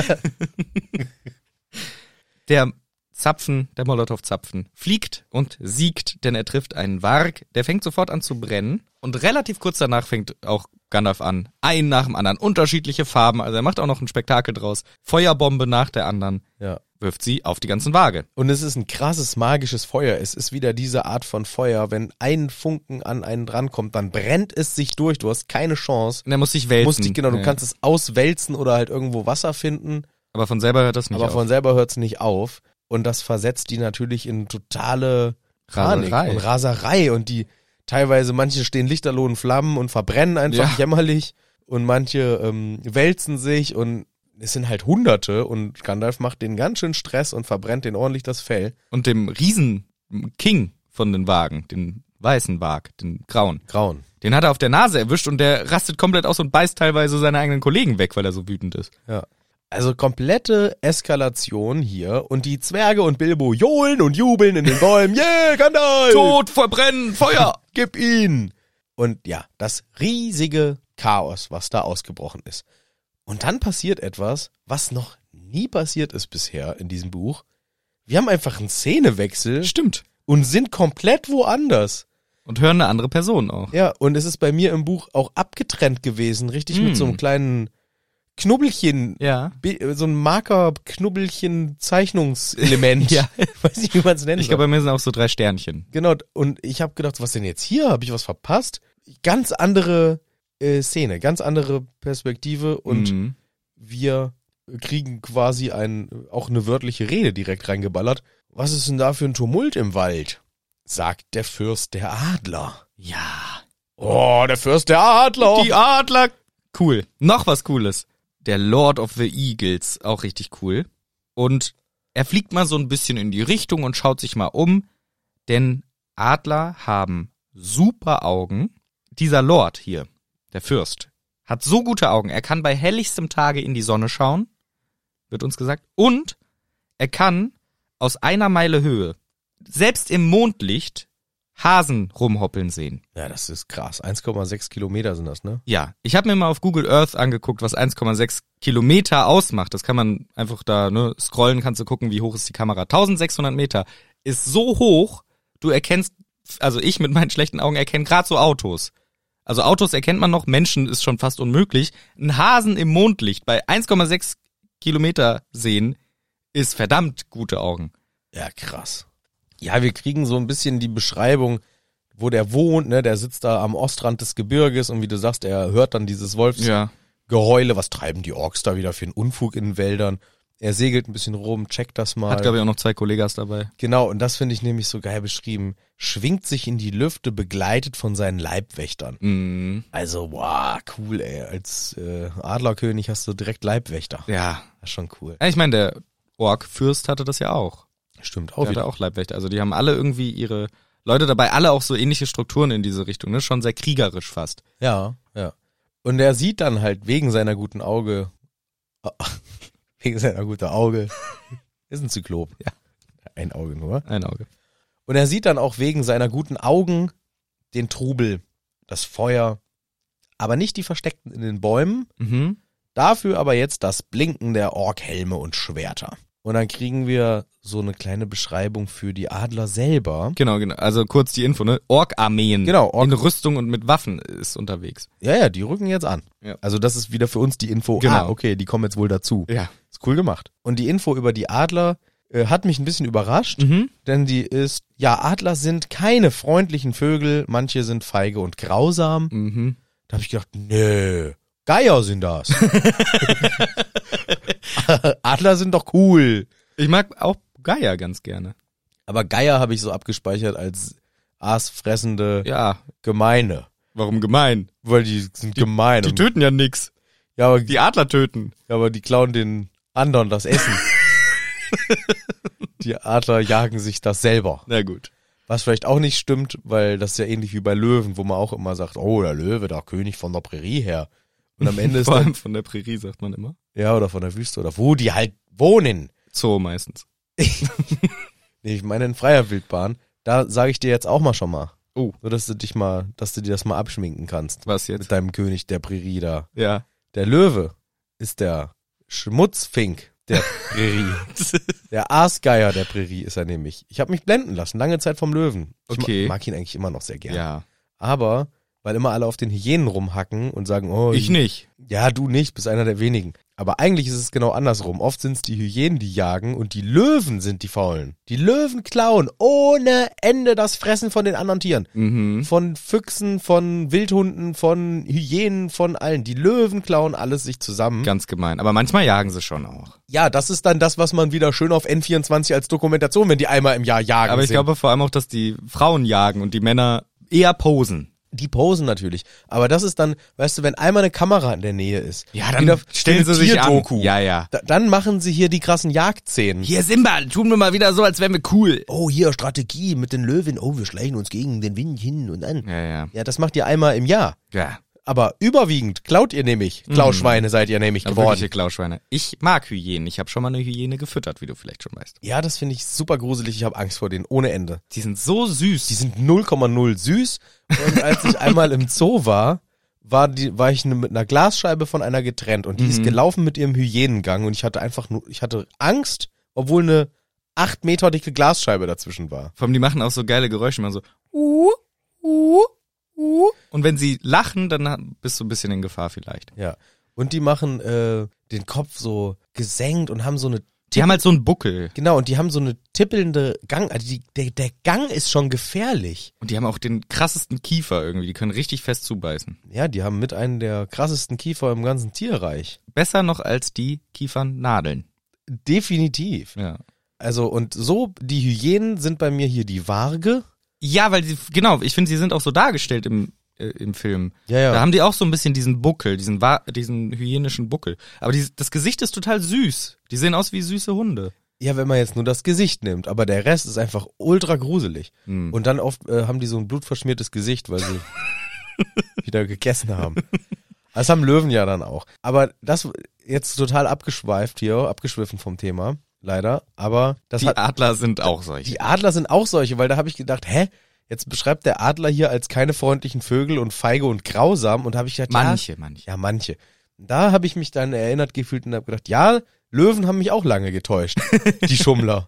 Der Zapfen, der Molotow-Zapfen, fliegt und siegt, denn er trifft einen Warg, der fängt sofort an zu brennen und relativ kurz danach fängt auch Gandalf an, einen nach dem anderen, unterschiedliche Farben, also er macht auch noch ein Spektakel draus, Feuerbombe nach der anderen, Ja. wirft sie auf die ganzen Waage. Und es ist ein krasses magisches Feuer. Es ist wieder diese Art von Feuer. Wenn ein Funken an einen drankommt, dann brennt es sich durch. Du hast keine Chance. Und er muss sich wälzen. Musst dich, genau, du Ja. kannst es auswälzen oder halt irgendwo Wasser finden. Aber von selber hört das nicht aber auf. von selber hört's nicht auf. Und das versetzt die natürlich in totale Panik Raserei. und Raserei. Und die teilweise, manche stehen lichterlohen Flammen und verbrennen einfach Ja. jämmerlich. Und manche ähm, wälzen sich und es sind halt Hunderte. Und Gandalf macht den ganz schön Stress und verbrennt den ordentlich das Fell. Und dem Riesen-King von den Wagen, den weißen Warg, den grauen, Grauen. Den hat er auf der Nase erwischt und der rastet komplett aus und beißt teilweise seine eigenen Kollegen weg, weil er so wütend ist. Ja. Also komplette Eskalation hier. Und die Zwerge und Bilbo johlen und jubeln in den [laughs] Bäumen. Yeah, Gandalf! Tod, verbrennen, Feuer! gib ihn! Und ja, das riesige Chaos, was da ausgebrochen ist. Und dann passiert etwas, was noch nie passiert ist bisher in diesem Buch. Wir haben einfach einen [laughs] Szenewechsel Stimmt. und sind komplett woanders. Und hören eine andere Person auch. Ja, und es ist bei mir im Buch auch abgetrennt gewesen, richtig Mm. mit so einem kleinen Knubbelchen, Ja. Bi- so einem [laughs] Marker-Knubbelchen-Zeichnungselement. Ja. Weiß nicht, wie man es nennt. Ich glaube, bei mir sind auch so drei Sternchen. Genau, und ich habe gedacht, was denn jetzt hier? Habe ich was verpasst? Ganz andere äh, Szene, ganz andere Perspektive und Mhm. wir kriegen quasi ein, auch eine wörtliche Rede direkt reingeballert. Was ist denn da für ein Tumult im Wald? sagt der Fürst der Adler. ja. Oh, der Fürst der Adler. Die Adler. Cool. Noch was Cooles. Der Lord of the Eagles. Auch richtig cool. Und er fliegt mal so ein bisschen in die Richtung und schaut sich mal um. Denn Adler haben super Augen. Dieser Lord hier, der Fürst, hat so gute Augen. Er kann bei helligstem Tage in die Sonne schauen, wird uns gesagt. Und er kann aus einer Meile Höhe, selbst im Mondlicht, Hasen rumhoppeln sehen. ja, das ist krass. 1,6 Kilometer sind das, ne? Ja, ich habe mir mal auf Google Earth angeguckt, was 1,6 Kilometer ausmacht. Das kann man einfach da ne, scrollen, kannst du gucken, wie hoch ist die Kamera. 1600 Meter ist so hoch, du erkennst, also ich mit meinen schlechten Augen erkenne gerade so Autos. Also Autos erkennt man noch, Menschen ist schon fast unmöglich. Ein Hasen im Mondlicht bei 1,6 Kilometer sehen ist verdammt gute Augen. Ja, krass. Ja, wir kriegen so ein bisschen die Beschreibung, wo der wohnt, ne? Der sitzt da am Ostrand des Gebirges und wie du sagst, er hört dann dieses Wolfsgeheule. Was treiben die Orks da wieder für einen Unfug in den Wäldern? Er segelt ein bisschen rum, checkt das mal. Hat, glaube ich, auch noch zwei Kollegas dabei. Genau, und das finde ich nämlich so geil beschrieben. Schwingt sich in die Lüfte, begleitet von seinen Leibwächtern. Mhm. Also, wow, cool, ey. Als äh, Adlerkönig hast du direkt Leibwächter. Ja. Das ist schon cool. Ich meine, der Ork-Fürst hatte das ja auch. Stimmt Oh, auch hatte wieder. auch Leibwächter. Also die haben alle irgendwie ihre Leute dabei, alle auch so ähnliche Strukturen in diese Richtung, ne? Schon sehr kriegerisch fast. Ja, ja. Und er sieht dann halt wegen seiner guten Auge, [laughs] wegen seiner guten Auge, [laughs] ist ein Zyklop. Ja. Ein Auge nur. Ein Auge. Und er sieht dann auch wegen seiner guten Augen den Trubel, das Feuer, aber nicht die Versteckten in den Bäumen, Mhm. Dafür aber jetzt das Blinken der Orkhelme und Schwerter. Und dann kriegen wir so eine kleine Beschreibung für die Adler selber. Genau, genau. Also kurz die Info, ne? Ork-Armeen. Genau, Ork- In Rüstung und mit Waffen ist unterwegs. Ja, ja, die rücken jetzt an. Ja. Also das ist wieder für uns die Info. Genau. Ah, okay, die kommen jetzt wohl dazu. Ja. Ist cool gemacht. Und die Info über die Adler äh, hat mich ein bisschen überrascht, Mhm. denn die ist, ja, Adler sind keine freundlichen Vögel, manche sind feige und grausam. Mhm. Da habe ich gedacht, nö, Geier [laughs] sind das. [laughs] Adler sind doch cool. Ich mag auch Gaia ganz gerne. Aber Geier habe ich so abgespeichert als aasfressende Ja. Gemeine. Warum gemein? Weil die sind gemein. Die und- töten ja nix. ja, aber, Die Adler töten. aber die klauen den anderen das Essen. die Adler jagen sich das selber. Na gut. Was vielleicht auch nicht stimmt, weil das ist ja ähnlich wie bei Löwen, wo man auch immer sagt, oh, der Löwe, der König von der Prärie her. Und am Ende ist Vor dann, [laughs] allem von der Prärie sagt man immer. ja, oder von der Wüste oder wo die halt wohnen. Zoo meistens. Nee, ich meine in freier Wildbahn. Da sage ich dir jetzt auch mal schon mal. Oh. So, dass du dich mal, dass du dir das mal abschminken kannst. Was mit jetzt? deinem König der Prärie da. Ja. Der Löwe ist der Schmutzfink der Prärie. der Aasgeier der Prärie ist er nämlich. Ich habe mich blenden lassen, lange Zeit vom Löwen. Ich Okay. ma- mag ihn eigentlich immer noch sehr [laughs] gerne. ja. Aber weil immer alle auf den Hyänen rumhacken und sagen, oh, Ich nicht. ja, du nicht, bist einer der wenigen. Aber eigentlich ist es genau andersrum. Oft sind es die Hyänen, die jagen und die Löwen sind die Faulen. Die Löwen klauen ohne Ende das Fressen von den anderen Tieren Mhm. von Füchsen, von Wildhunden, von Hyänen, von allen. Die Löwen klauen alles sich zusammen. Ganz gemein. Aber manchmal jagen sie schon auch. Ja, das ist dann das, was man wieder schön auf N24 als Dokumentation, wenn die einmal im Jahr jagen. Aber ich sehen. glaube vor allem auch, dass die Frauen jagen und die Männer eher posen. die posen natürlich. Aber das ist dann, weißt du, wenn einmal eine Kamera in der Nähe ist, wieder eine Tierdoku, Ja, ja. Da, dann machen sie hier die krassen Jagdszenen. Hier Simba, tun wir mal wieder so, als wären wir cool. Oh, hier Strategie mit den Löwen. Oh, wir schleichen uns gegen den Wind hin und an. Ja, ja. Ja, das macht ihr einmal im Jahr. Ja. Aber überwiegend klaut ihr nämlich. Klauschweine seid ihr nämlich Aber geworden. wirkliche Klauschweine. Ich mag Hyänen. Ich habe schon mal eine Hyäne gefüttert, wie du vielleicht schon weißt. Ja, das finde ich super gruselig. Ich habe Angst vor denen ohne Ende. Die sind so süß. Die sind 0,0 süß. Und als ich einmal im Zoo war, war, die, war ich ne- mit einer Glasscheibe von einer getrennt und die ist gelaufen mit ihrem Hyänengang und ich hatte einfach nur, ich hatte Angst, obwohl eine 8 Meter dicke Glasscheibe dazwischen war. Vor allem, die machen auch so geile Geräusche, man so. Uh, uh, uh. Und wenn sie lachen, dann ha- bist du ein bisschen in Gefahr vielleicht. Ja. Und die machen äh, den Kopf so gesenkt und haben so eine Die haben halt so einen Buckel. Genau, und die haben so eine tippelnde Gang. Also die, der, der Gang ist schon gefährlich. Und die haben auch den krassesten Kiefer irgendwie. Die können richtig fest zubeißen. Ja, die haben mit einen der krassesten Kiefer im ganzen Tierreich. besser noch als die Kiefernadeln. Definitiv. Ja. Also und so, die Hyänen sind bei mir hier die Waage. Ja, weil sie, genau, ich finde, sie sind auch so dargestellt im äh, im Film. Ja, ja. Da haben die auch so ein bisschen diesen Buckel, diesen, wa- diesen hygienischen Buckel. Aber die, das Gesicht ist total süß. Die sehen aus wie süße Hunde. Ja, wenn man jetzt nur das Gesicht nimmt, aber der Rest ist einfach ultra gruselig. Hm. Und dann oft äh, haben die so ein blutverschmiertes Gesicht, [laughs] weil sie wieder gegessen haben. Das haben Löwen ja dann auch. Aber das jetzt total abgeschweift hier, abgeschwiffen vom Thema, leider. Aber das Die hat, Adler sind auch solche. die Adler sind auch solche, weil da habe ich gedacht, hä? Jetzt beschreibt der Adler hier als keine freundlichen Vögel und feige und grausam und habe ich gedacht, ja, Manche, manche. ja, manche. Da habe ich mich dann erinnert gefühlt und habe gedacht, ja, Löwen haben mich auch lange getäuscht. Die Schummler.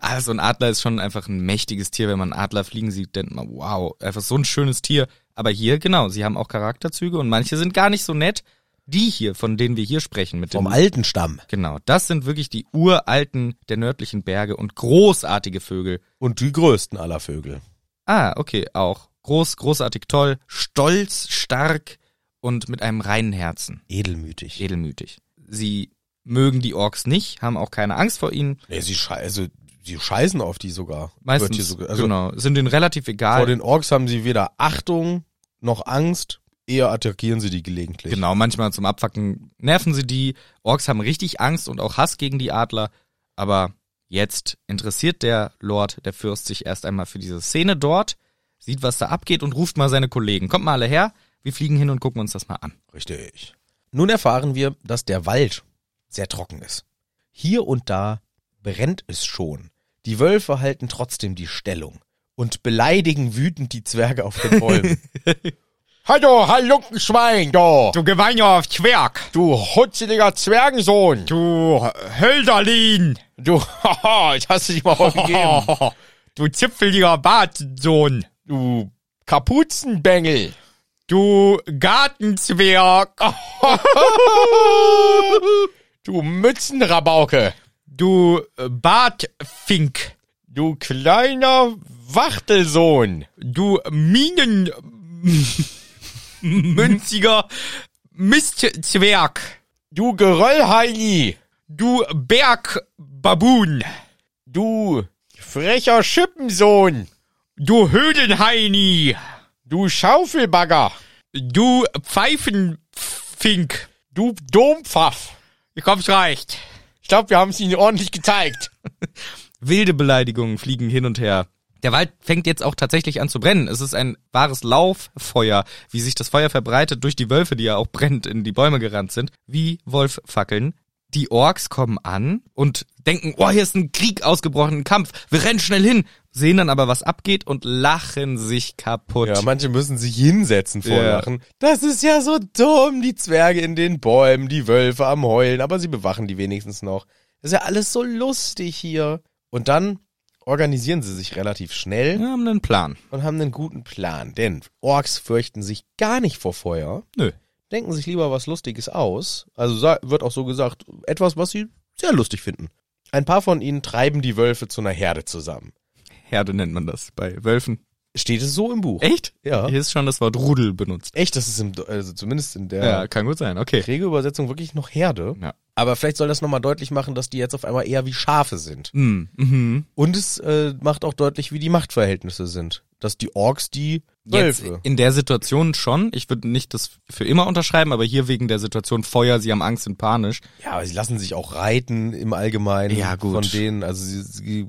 Ah, so ein Adler ist schon einfach ein mächtiges Tier. Wenn man einen Adler fliegen sieht, denkt man, wow, einfach so ein schönes Tier. Aber hier, genau, sie haben auch Charakterzüge und manche sind gar nicht so nett. Die hier, von denen wir hier sprechen, mit [laughs] Vom dem alten Stamm. Genau, das sind wirklich die uralten der nördlichen Berge und großartige Vögel. Und die größten aller Vögel. Ah, okay, auch. Groß, großartig, toll, stolz, stark und mit einem reinen Herzen. Edelmütig. Edelmütig. Sie mögen die Orks nicht, haben auch keine Angst vor ihnen. Nee, sie, schei also, sie scheißen auf die sogar. Wird hier Meistens, sogar also genau, sind ihnen relativ Vor egal. den Orks haben sie weder Achtung noch Angst. Eher attackieren sie die gelegentlich. Genau, manchmal zum Abfacken nerven sie die. Orks haben richtig Angst und auch Hass gegen die Adler. Aber jetzt interessiert der Lord, der Fürst, sich erst einmal für diese Szene dort, sieht, was da abgeht und ruft mal seine Kollegen. Kommt mal alle her, wir fliegen hin und gucken uns das mal an. Richtig. Nun erfahren wir, dass der Wald sehr trocken ist. Hier und da brennt es schon. Die Wölfe halten trotzdem die Stellung und beleidigen wütend die Zwerge auf den Bäumen. Hallo, Halunkenschwein, du. Du Geweiner auf Zwerg! halt, Du hutzeliger Zwergensohn. Du Hölderlin! Du, [laughs] haha, ich hast du dich mal aufgegeben. [laughs] Du zipfeliger Bartsohn! Du Kapuzenbengel. Du Gartenzwerg! [laughs] Du Mützenrabauke. Du Bartfink! Du kleiner Wachtelsohn. Du Minen münziger Mistzwerg, Du Geröllheini. du Bergbaboon, Du frecher Schippensohn. du Höhlenheini, Du Schaufelbagger. du Pfeifenfink. Du Dompfaff. Ich glaub's reicht. Ich glaube, wir haben es ihnen ordentlich gezeigt. Wilde Beleidigungen fliegen hin und her. Der Wald fängt jetzt auch tatsächlich an zu brennen. Es ist ein wahres Lauffeuer, wie sich das Feuer verbreitet durch die Wölfe, die ja auch brennend in die Bäume gerannt sind, wie Wolffackeln. Die Orks kommen an und denken, oh, hier ist ein Krieg ausgebrochen, ein Kampf. Wir rennen schnell hin, sehen dann aber, was abgeht und lachen sich kaputt. [laughs] ja, manche müssen sich hinsetzen vor Ja. Lachen. Das ist ja so dumm, die Zwerge in den Bäumen, die Wölfe am Heulen, aber sie bewachen die wenigstens noch. Das ist ja alles so lustig hier. Und dann organisieren sie sich relativ schnell. Wir haben einen Plan. und haben einen guten Plan. Denn Orks fürchten sich gar nicht vor Feuer, Nö. denken sich lieber was Lustiges aus. Also sa- wird auch so gesagt, etwas, was sie sehr lustig finden. Ein paar von ihnen treiben die Wölfe zu einer Herde zusammen. Herde nennt man das bei Wölfen. Steht es so im Buch? Echt? Ja. Hier ist schon das Wort Rudel benutzt. Echt, das ist im, Do- also zumindest in der Ja, kann gut sein. Okay. rege Übersetzung wirklich noch Herde. Ja. Aber vielleicht soll das nochmal deutlich machen, dass die jetzt auf einmal eher wie Schafe sind. Hm, Mhm. Und es äh, macht auch deutlich, wie die Machtverhältnisse sind. Dass die Orks die Jetzt Wölfe. in der Situation schon. Ich würde nicht das für immer unterschreiben, aber hier wegen der Situation Feuer, sie haben Angst und panisch. Ja, aber sie lassen sich auch reiten im Allgemeinen äh, Ja, gut. von denen. Also sie, sie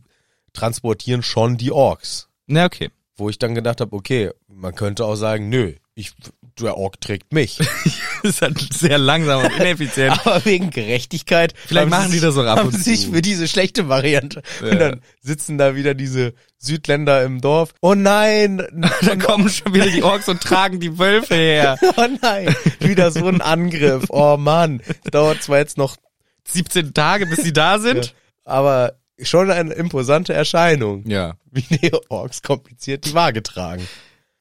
transportieren schon die Orks. Na okay. [laughs] Wo ich dann gedacht habe, okay, man könnte auch sagen, nö, ich, der Ork trägt mich. Das ist halt sehr langsam und [laughs] ineffizient. [laughs] Ah, aber wegen Gerechtigkeit. Vielleicht haben machen sie die das auch ab Haben und sich zu. für diese schlechte Variante. Ja. Und dann sitzen da wieder diese Südländer im Dorf. Oh [laughs] nein, Da kommen schon wieder die Orks und tragen die Wölfe her. oh nein, wieder so ein Angriff. Oh Mann, das dauert zwar jetzt noch, äh, 17 Tage, bis sie da sind. aber schon eine imposante Erscheinung. Ja. wie Neo-Orks kompliziert die Waage tragen.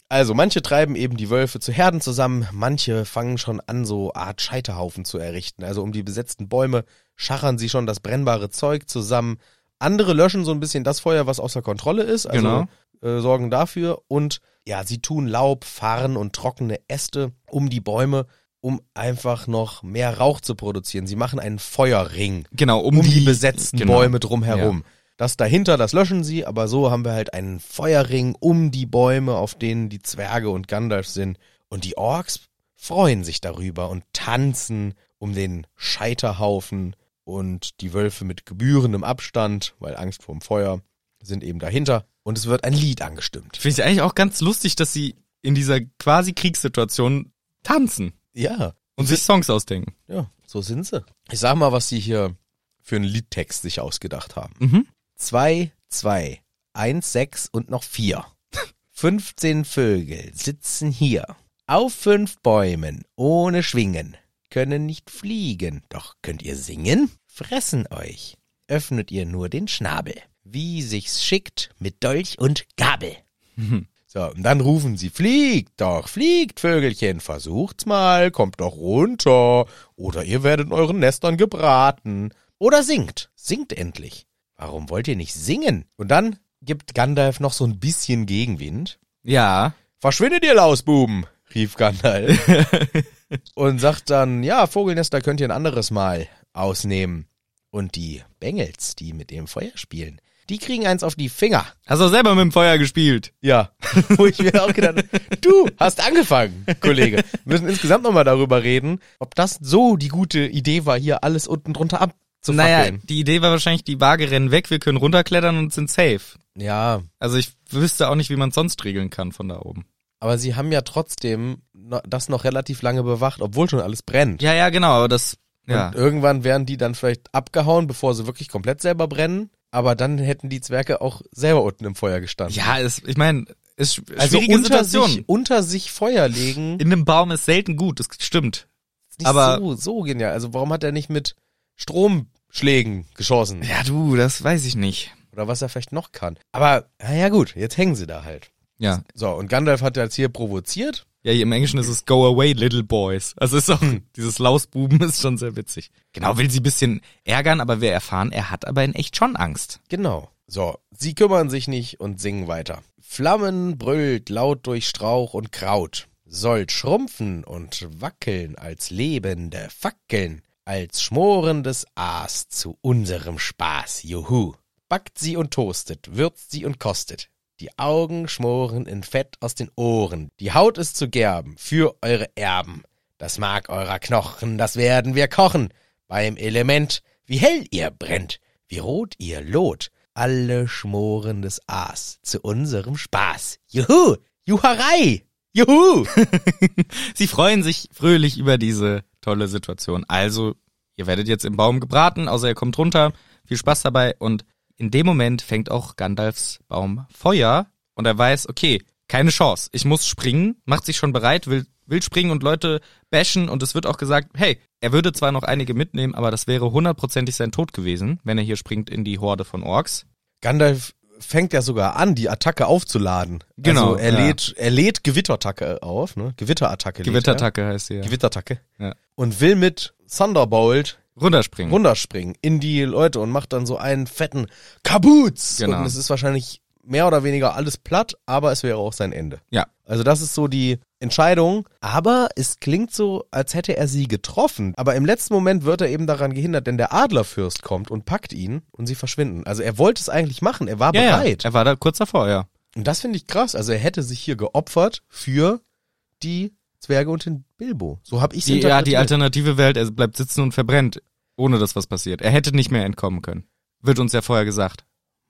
Also, manche treiben eben die Wölfe zu Herden zusammen, manche fangen schon an, so Art Scheiterhaufen zu errichten. Also um die besetzten Bäume schachern sie schon das brennbare Zeug zusammen. Andere löschen so ein bisschen das Feuer, was außer Kontrolle ist, also Genau. äh, sorgen dafür. Und ja, sie tun Laub, Farn und trockene Äste um die Bäume, um einfach noch mehr Rauch zu produzieren. Sie machen einen Feuerring Genau, um, um die besetzten genau. Bäume drumherum. Das dahinter, das löschen sie, aber so haben wir halt einen Feuerring um die Bäume, auf denen die Zwerge und Gandalf sind. Und die Orks freuen sich darüber und tanzen um den Scheiterhaufen und die Wölfe mit gebührendem Abstand, weil Angst vorm Feuer, sind eben dahinter. Und es wird ein Lied angestimmt. Finde ich eigentlich auch ganz lustig, dass sie in dieser quasi Kriegssituation tanzen Ja, und sich Songs ausdenken. ja, so sind sie. Ich sag mal, was sie hier für einen Liedtext sich ausgedacht haben. Mhm. 2, 2, 1, 6 und noch [laughs] 4. 15 Vögel sitzen hier. Auf fünf Bäumen, ohne Schwingen. Können nicht fliegen, doch könnt ihr singen? Fressen euch. Öffnet ihr nur den Schnabel. Wie sich's schickt, mit Dolch und Gabel. So, und dann rufen sie, fliegt doch, fliegt, Vögelchen, versucht's mal, kommt doch runter. Oder ihr werdet in euren Nestern gebraten. Oder singt, singt endlich. Warum wollt ihr nicht singen? Und dann gibt Gandalf noch so ein bisschen Gegenwind. Ja. Verschwindet ihr Lausbuben, rief Gandalf. und sagt dann, ja, Vogelnester könnt ihr ein anderes Mal ausnehmen. Und die Bengels, die mit dem Feuer spielen, die kriegen eins auf die Finger. Hast auch selber mit dem Feuer gespielt. Ja, [laughs] wo ich mir auch gedacht habe, du hast angefangen, Kollege. Wir müssen insgesamt nochmal darüber reden, ob das so die gute Idee war, hier alles unten drunter Naja, abzufackeln. die Idee war wahrscheinlich, die Waage rennen weg, wir können runterklettern und sind safe. Ja, Also ich wüsste auch nicht, wie man sonst regeln kann von da oben. aber sie haben ja trotzdem no- das noch relativ lange bewacht, obwohl schon alles brennt. Ja, ja, genau, aber das, ja. Und irgendwann wären die dann vielleicht abgehauen, bevor sie wirklich komplett selber brennen. Aber dann hätten die Zwerge auch selber unten im Feuer gestanden. Ja, es, ich meine, es ist also schwierige unter Situation. sich, unter sich Feuer legen. In einem Baum ist selten gut, das stimmt. Nicht aber- so, so genial. Also warum hat er nicht mit Stromschlägen geschossen? Ja, du, das weiß ich nicht. Oder was er vielleicht noch kann. Aber, naja gut, jetzt hängen sie da halt. Ja. So, und Gandalf hat jetzt hier provoziert. Ja, hier im Englischen ist es Go Away Little Boys. Also ist auch, dieses Lausbuben [laughs] ist schon sehr witzig. Genau, will sie ein bisschen ärgern, aber wir erfahren, er hat aber in echt schon Angst. Genau. So, sie kümmern sich nicht und singen weiter. Flammen brüllt laut durch Strauch und Kraut, sollt schrumpfen und wackeln als lebende Fackeln, als schmorendes Aas zu unserem Spaß, juhu. Backt sie und toastet, würzt sie und kostet. Die Augen schmoren in Fett aus den Ohren, die Haut ist zu gerben, für eure Erben. Das Mark eurer Knochen, das werden wir kochen. Beim Element, wie hell ihr brennt, wie rot ihr lot. Alle schmoren des Aas zu unserem Spaß. Juhu! Juharei! Juhu! Sie freuen sich fröhlich über diese tolle Situation. Also, ihr werdet jetzt im Baum gebraten, außer ihr kommt runter. Viel Spaß dabei. Und in dem Moment fängt auch Gandalfs Baum Feuer und er weiß, okay, keine Chance. Ich muss springen, macht sich schon bereit, will, will springen und Leute bashen und es wird auch gesagt, hey, er würde zwar noch einige mitnehmen, aber das wäre hundertprozentig sein Tod gewesen, wenn er hier springt in die Horde von Orks. [laughs] Gandalf fängt ja sogar an, die Attacke aufzuladen. Genau, Also er, ja. lädt, er lädt Gewitterattacke auf, ne? Gewitterattacke. lädt er. Gewitterattacke heißt sie ja. Gewitterattacke. Ja. Und will mit Thunderbolt Runterspringen. runterspringen in die Leute und macht dann so einen fetten Kabuz. Genau. Und es ist wahrscheinlich mehr oder weniger alles platt, aber es wäre auch sein Ende. Ja. Also das ist so die Entscheidung. Aber es klingt so, als hätte er sie getroffen. Aber im letzten Moment wird er eben daran gehindert, denn der Adlerfürst kommt und packt ihn und sie verschwinden. Also er wollte es eigentlich machen, er war ja, ja. bereit. Er war da kurz davor, ja. Und das finde ich krass. Also er hätte sich hier geopfert für die Zwerge und den Bilbo. So habe ich es Die, ja, die alternative Welt, er bleibt sitzen und verbrennt, ohne dass was passiert. Er hätte nicht mehr entkommen können. Wird uns ja vorher gesagt.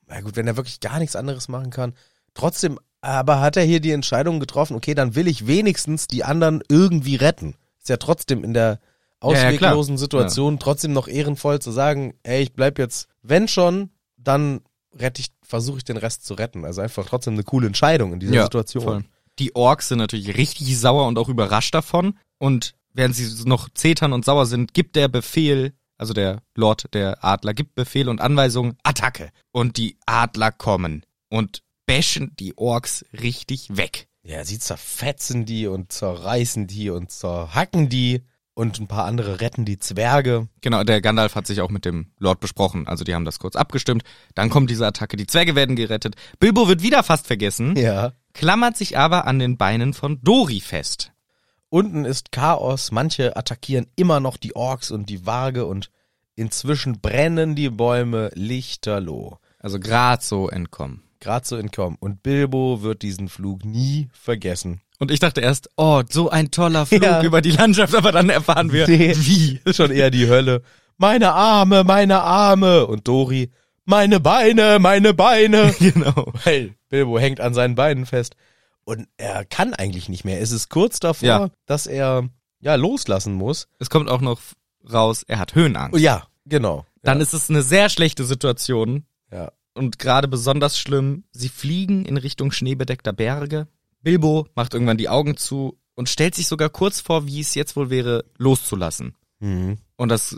Na gut, wenn er wirklich gar nichts anderes machen kann. Trotzdem, aber hat er hier die Entscheidung getroffen, okay, dann will ich wenigstens die anderen irgendwie retten. Ist ja trotzdem in der Ja, ja, klar. ausweglosen Situation trotzdem noch ehrenvoll zu sagen, ey, ich bleib jetzt, wenn schon, dann rette ich, versuche ich den Rest zu retten. Also einfach trotzdem eine coole Entscheidung in dieser Situation. voll. Die Orks sind natürlich richtig sauer und auch überrascht davon. Und während sie noch zetern und sauer sind, gibt der Befehl, also der Lord der Adler, gibt Befehl und Anweisung, Attacke. Und die Adler kommen und bashen die Orks richtig weg. Ja, sie zerfetzen die und zerreißen die und zerhacken die und ein paar andere retten die Zwerge. Genau, der Gandalf hat sich auch mit dem Lord besprochen. Also die haben das kurz abgestimmt. Dann kommt diese Attacke, die Zwerge werden gerettet. Bilbo wird wieder fast vergessen. Ja. klammert sich aber an den Beinen von Dori fest. Unten ist Chaos, manche attackieren immer noch die Orks und die Waage und inzwischen brennen die Bäume lichterloh. Also grad so entkommen. Gerade so entkommen. Und Bilbo wird diesen Flug nie vergessen. Und ich dachte erst, oh, so ein [laughs] toller Flug Ja. über die Landschaft, aber dann erfahren wir, [laughs] Nee. wie. Ist schon eher die Hölle. Meine Arme, meine Arme. Und Dori, meine Beine, [laughs] meine Beine. [laughs] Genau. Weil Bilbo hängt an seinen Beinen fest. Und er kann eigentlich nicht mehr. Es ist kurz davor, Ja. dass er ja loslassen muss. Es kommt auch noch raus, er hat Höhenangst. Oh, ja, genau. Dann ja. ist es eine sehr schlechte Situation. Ja. Und gerade besonders schlimm, sie fliegen in Richtung schneebedeckter Berge. Bilbo macht irgendwann die Augen zu und stellt sich sogar kurz vor, wie es jetzt wohl wäre, loszulassen. Mhm. Und das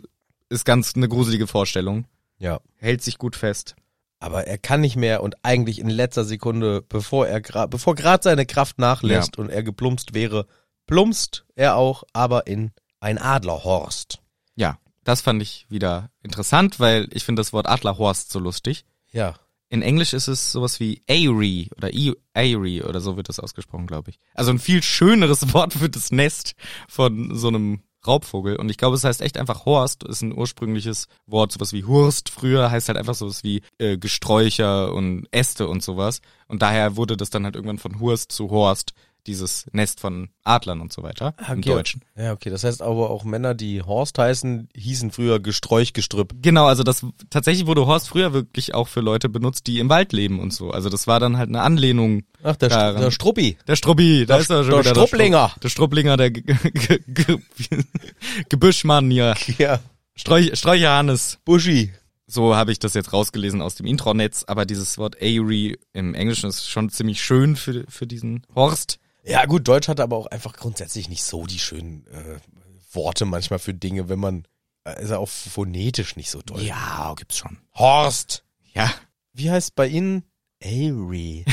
ist ganz eine gruselige Vorstellung. Ja. Hält sich gut fest. Aber er kann nicht mehr und eigentlich in letzter Sekunde, bevor er gra- bevor gerade seine Kraft nachlässt und er geplumpst wäre, plumpst er auch, aber in ein Adlerhorst. Ja, das fand ich wieder interessant, weil ich finde das Wort Adlerhorst so lustig. Ja. In Englisch ist es sowas wie Airy oder I- Airy oder so wird das ausgesprochen, glaube ich. Also ein viel schöneres [laughs] Wort für das Nest von so einem Raubvogel. Und ich glaube, es heißt echt einfach Horst, ist ein ursprüngliches Wort, sowas wie Hurst früher, heißt halt einfach sowas wie äh, Gesträucher und Äste und sowas. Und daher wurde das dann halt irgendwann von Hurst zu Horst, dieses Nest von Adlern und so weiter Ah, im Deutschen. Ja, okay. Das heißt aber auch Männer, die Horst heißen, hießen früher Gesträuchgestrüpp. Genau, also das tatsächlich wurde Horst früher wirklich auch für Leute benutzt, die im Wald leben und so. Also das war dann halt eine Anlehnung. Ach, der, Str Daran. der Struppi. Der Struppi, da Der ist er schon Sch- der wieder Strupplinger. Der, Strupp, der Strupplinger, der Ge Ge Ge Gebüschmann hier. [laughs] Ja. Sträuch Sträucherhannes. Buschi. So habe ich das jetzt rausgelesen aus dem Intronetz, aber dieses Wort Airy im Englischen ist schon ziemlich schön für, für diesen Horst. Ja, gut, Deutsch hat aber auch einfach grundsätzlich nicht so die schönen äh, Worte manchmal für Dinge, wenn man äh, ist ja auch phonetisch nicht so toll. Ja, gibt's schon. Horst. Ja. Wie heißt bei Ihnen? Avery.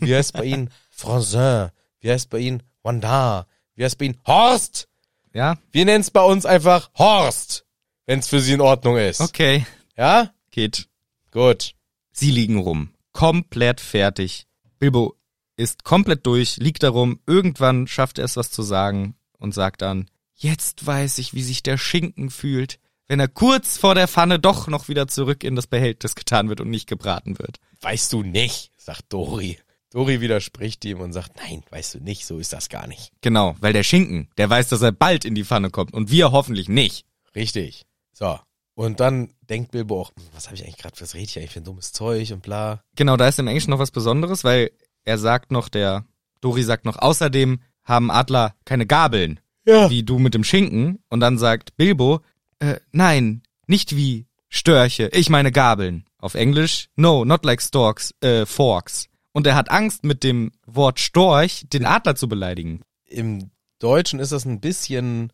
Wie heißt bei Ihnen? Franzin. Wie heißt bei Ihnen? Wanda. Wie heißt bei Ihnen? Horst. Ja, Wir nennen es bei uns einfach Horst, wenn es für Sie in Ordnung ist. okay. Ja? Geht. Gut. Sie liegen rum. Komplett fertig. Bilbo ist komplett durch, liegt da rum. Irgendwann schafft er es, was zu sagen und sagt dann, jetzt weiß ich, wie sich der Schinken fühlt, wenn er kurz vor der Pfanne doch noch wieder zurück in das Behältnis getan wird und nicht gebraten wird. Weißt du nicht, sagt Dori. Dori widerspricht ihm und sagt, nein, weißt du nicht, so ist das gar nicht. Genau, weil der Schinken, der weiß, dass er bald in die Pfanne kommt und wir hoffentlich nicht. Richtig. So. Und dann denkt Bilbo auch, "Hm, was habe ich eigentlich gerade, was rede ich eigentlich für ein dummes Zeug und bla. Genau, da ist im Englischen noch was Besonderes, weil er sagt noch, der Dori sagt noch, außerdem haben Adler keine Gabeln. Ja. wie du mit dem Schinken. Und dann sagt Bilbo, äh, nein, nicht wie Störche, ich meine Gabeln. Auf Englisch, no, not like storks, äh, forks. Und er hat Angst, mit dem Wort Storch den Adler zu beleidigen. Im Deutschen ist das ein bisschen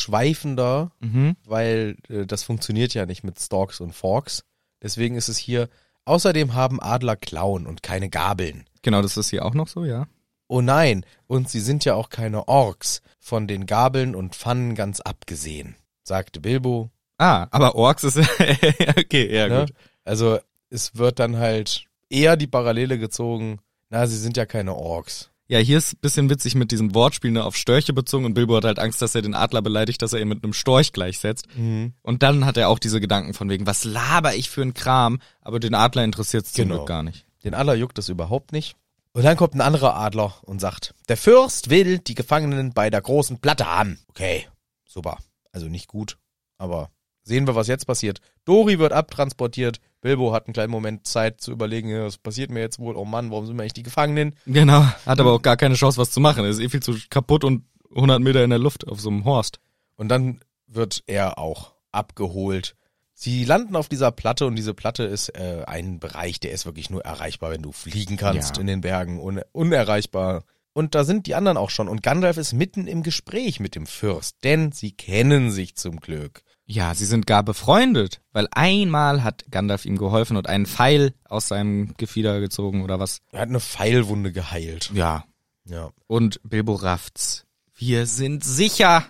ausschweifender, weil äh, das funktioniert ja nicht mit Storks und Forks. Deswegen ist es hier, außerdem haben Adler Klauen und keine Gabeln. Genau, das ist hier auch noch so, ja. Oh nein, und sie sind ja auch keine Orks, von den Gabeln und Pfannen ganz abgesehen, sagte Bilbo. Ah, aber Orks ist, [laughs] okay, ja Ne? gut. Also es wird dann halt eher die Parallele gezogen, na, sie sind ja keine Orks. Ja, hier ist bisschen witzig mit diesem Wortspiel ne, auf Störche bezogen und Bilbo hat halt Angst, dass er den Adler beleidigt, dass er ihn mit einem Storch gleichsetzt. Und dann hat er auch diese Gedanken von wegen, was laber ich für ein Kram, aber den Adler interessiert's zum Genau. Glück gar nicht. Den Adler juckt das überhaupt nicht. Und dann kommt ein anderer Adler und sagt, der Fürst will die Gefangenen bei der großen Platte haben. Okay, super. Also nicht gut, aber sehen wir, was jetzt passiert. Dori wird abtransportiert. Bilbo hat einen kleinen Moment Zeit zu überlegen, ja, was passiert mir jetzt wohl? Oh Mann, warum sind wir eigentlich die Gefangenen? Genau, hat aber auch gar keine Chance, was zu machen. Er ist eh viel zu kaputt und 100 Meter in der Luft auf so einem Horst. Und dann wird er auch abgeholt. Sie landen auf dieser Platte und diese Platte ist äh, ein Bereich, der ist wirklich nur erreichbar, wenn du fliegen kannst Ja. in den Bergen. Un unerreichbar. Und da sind die anderen auch schon. Und Gandalf ist mitten im Gespräch mit dem Fürst, denn sie kennen sich zum Glück. Ja, sie sind gar befreundet, weil einmal hat Gandalf ihm geholfen und einen Pfeil aus seinem Gefieder gezogen oder was. Er hat eine Pfeilwunde geheilt. Ja. Ja. Und Bilbo rafft's. Wir sind sicher.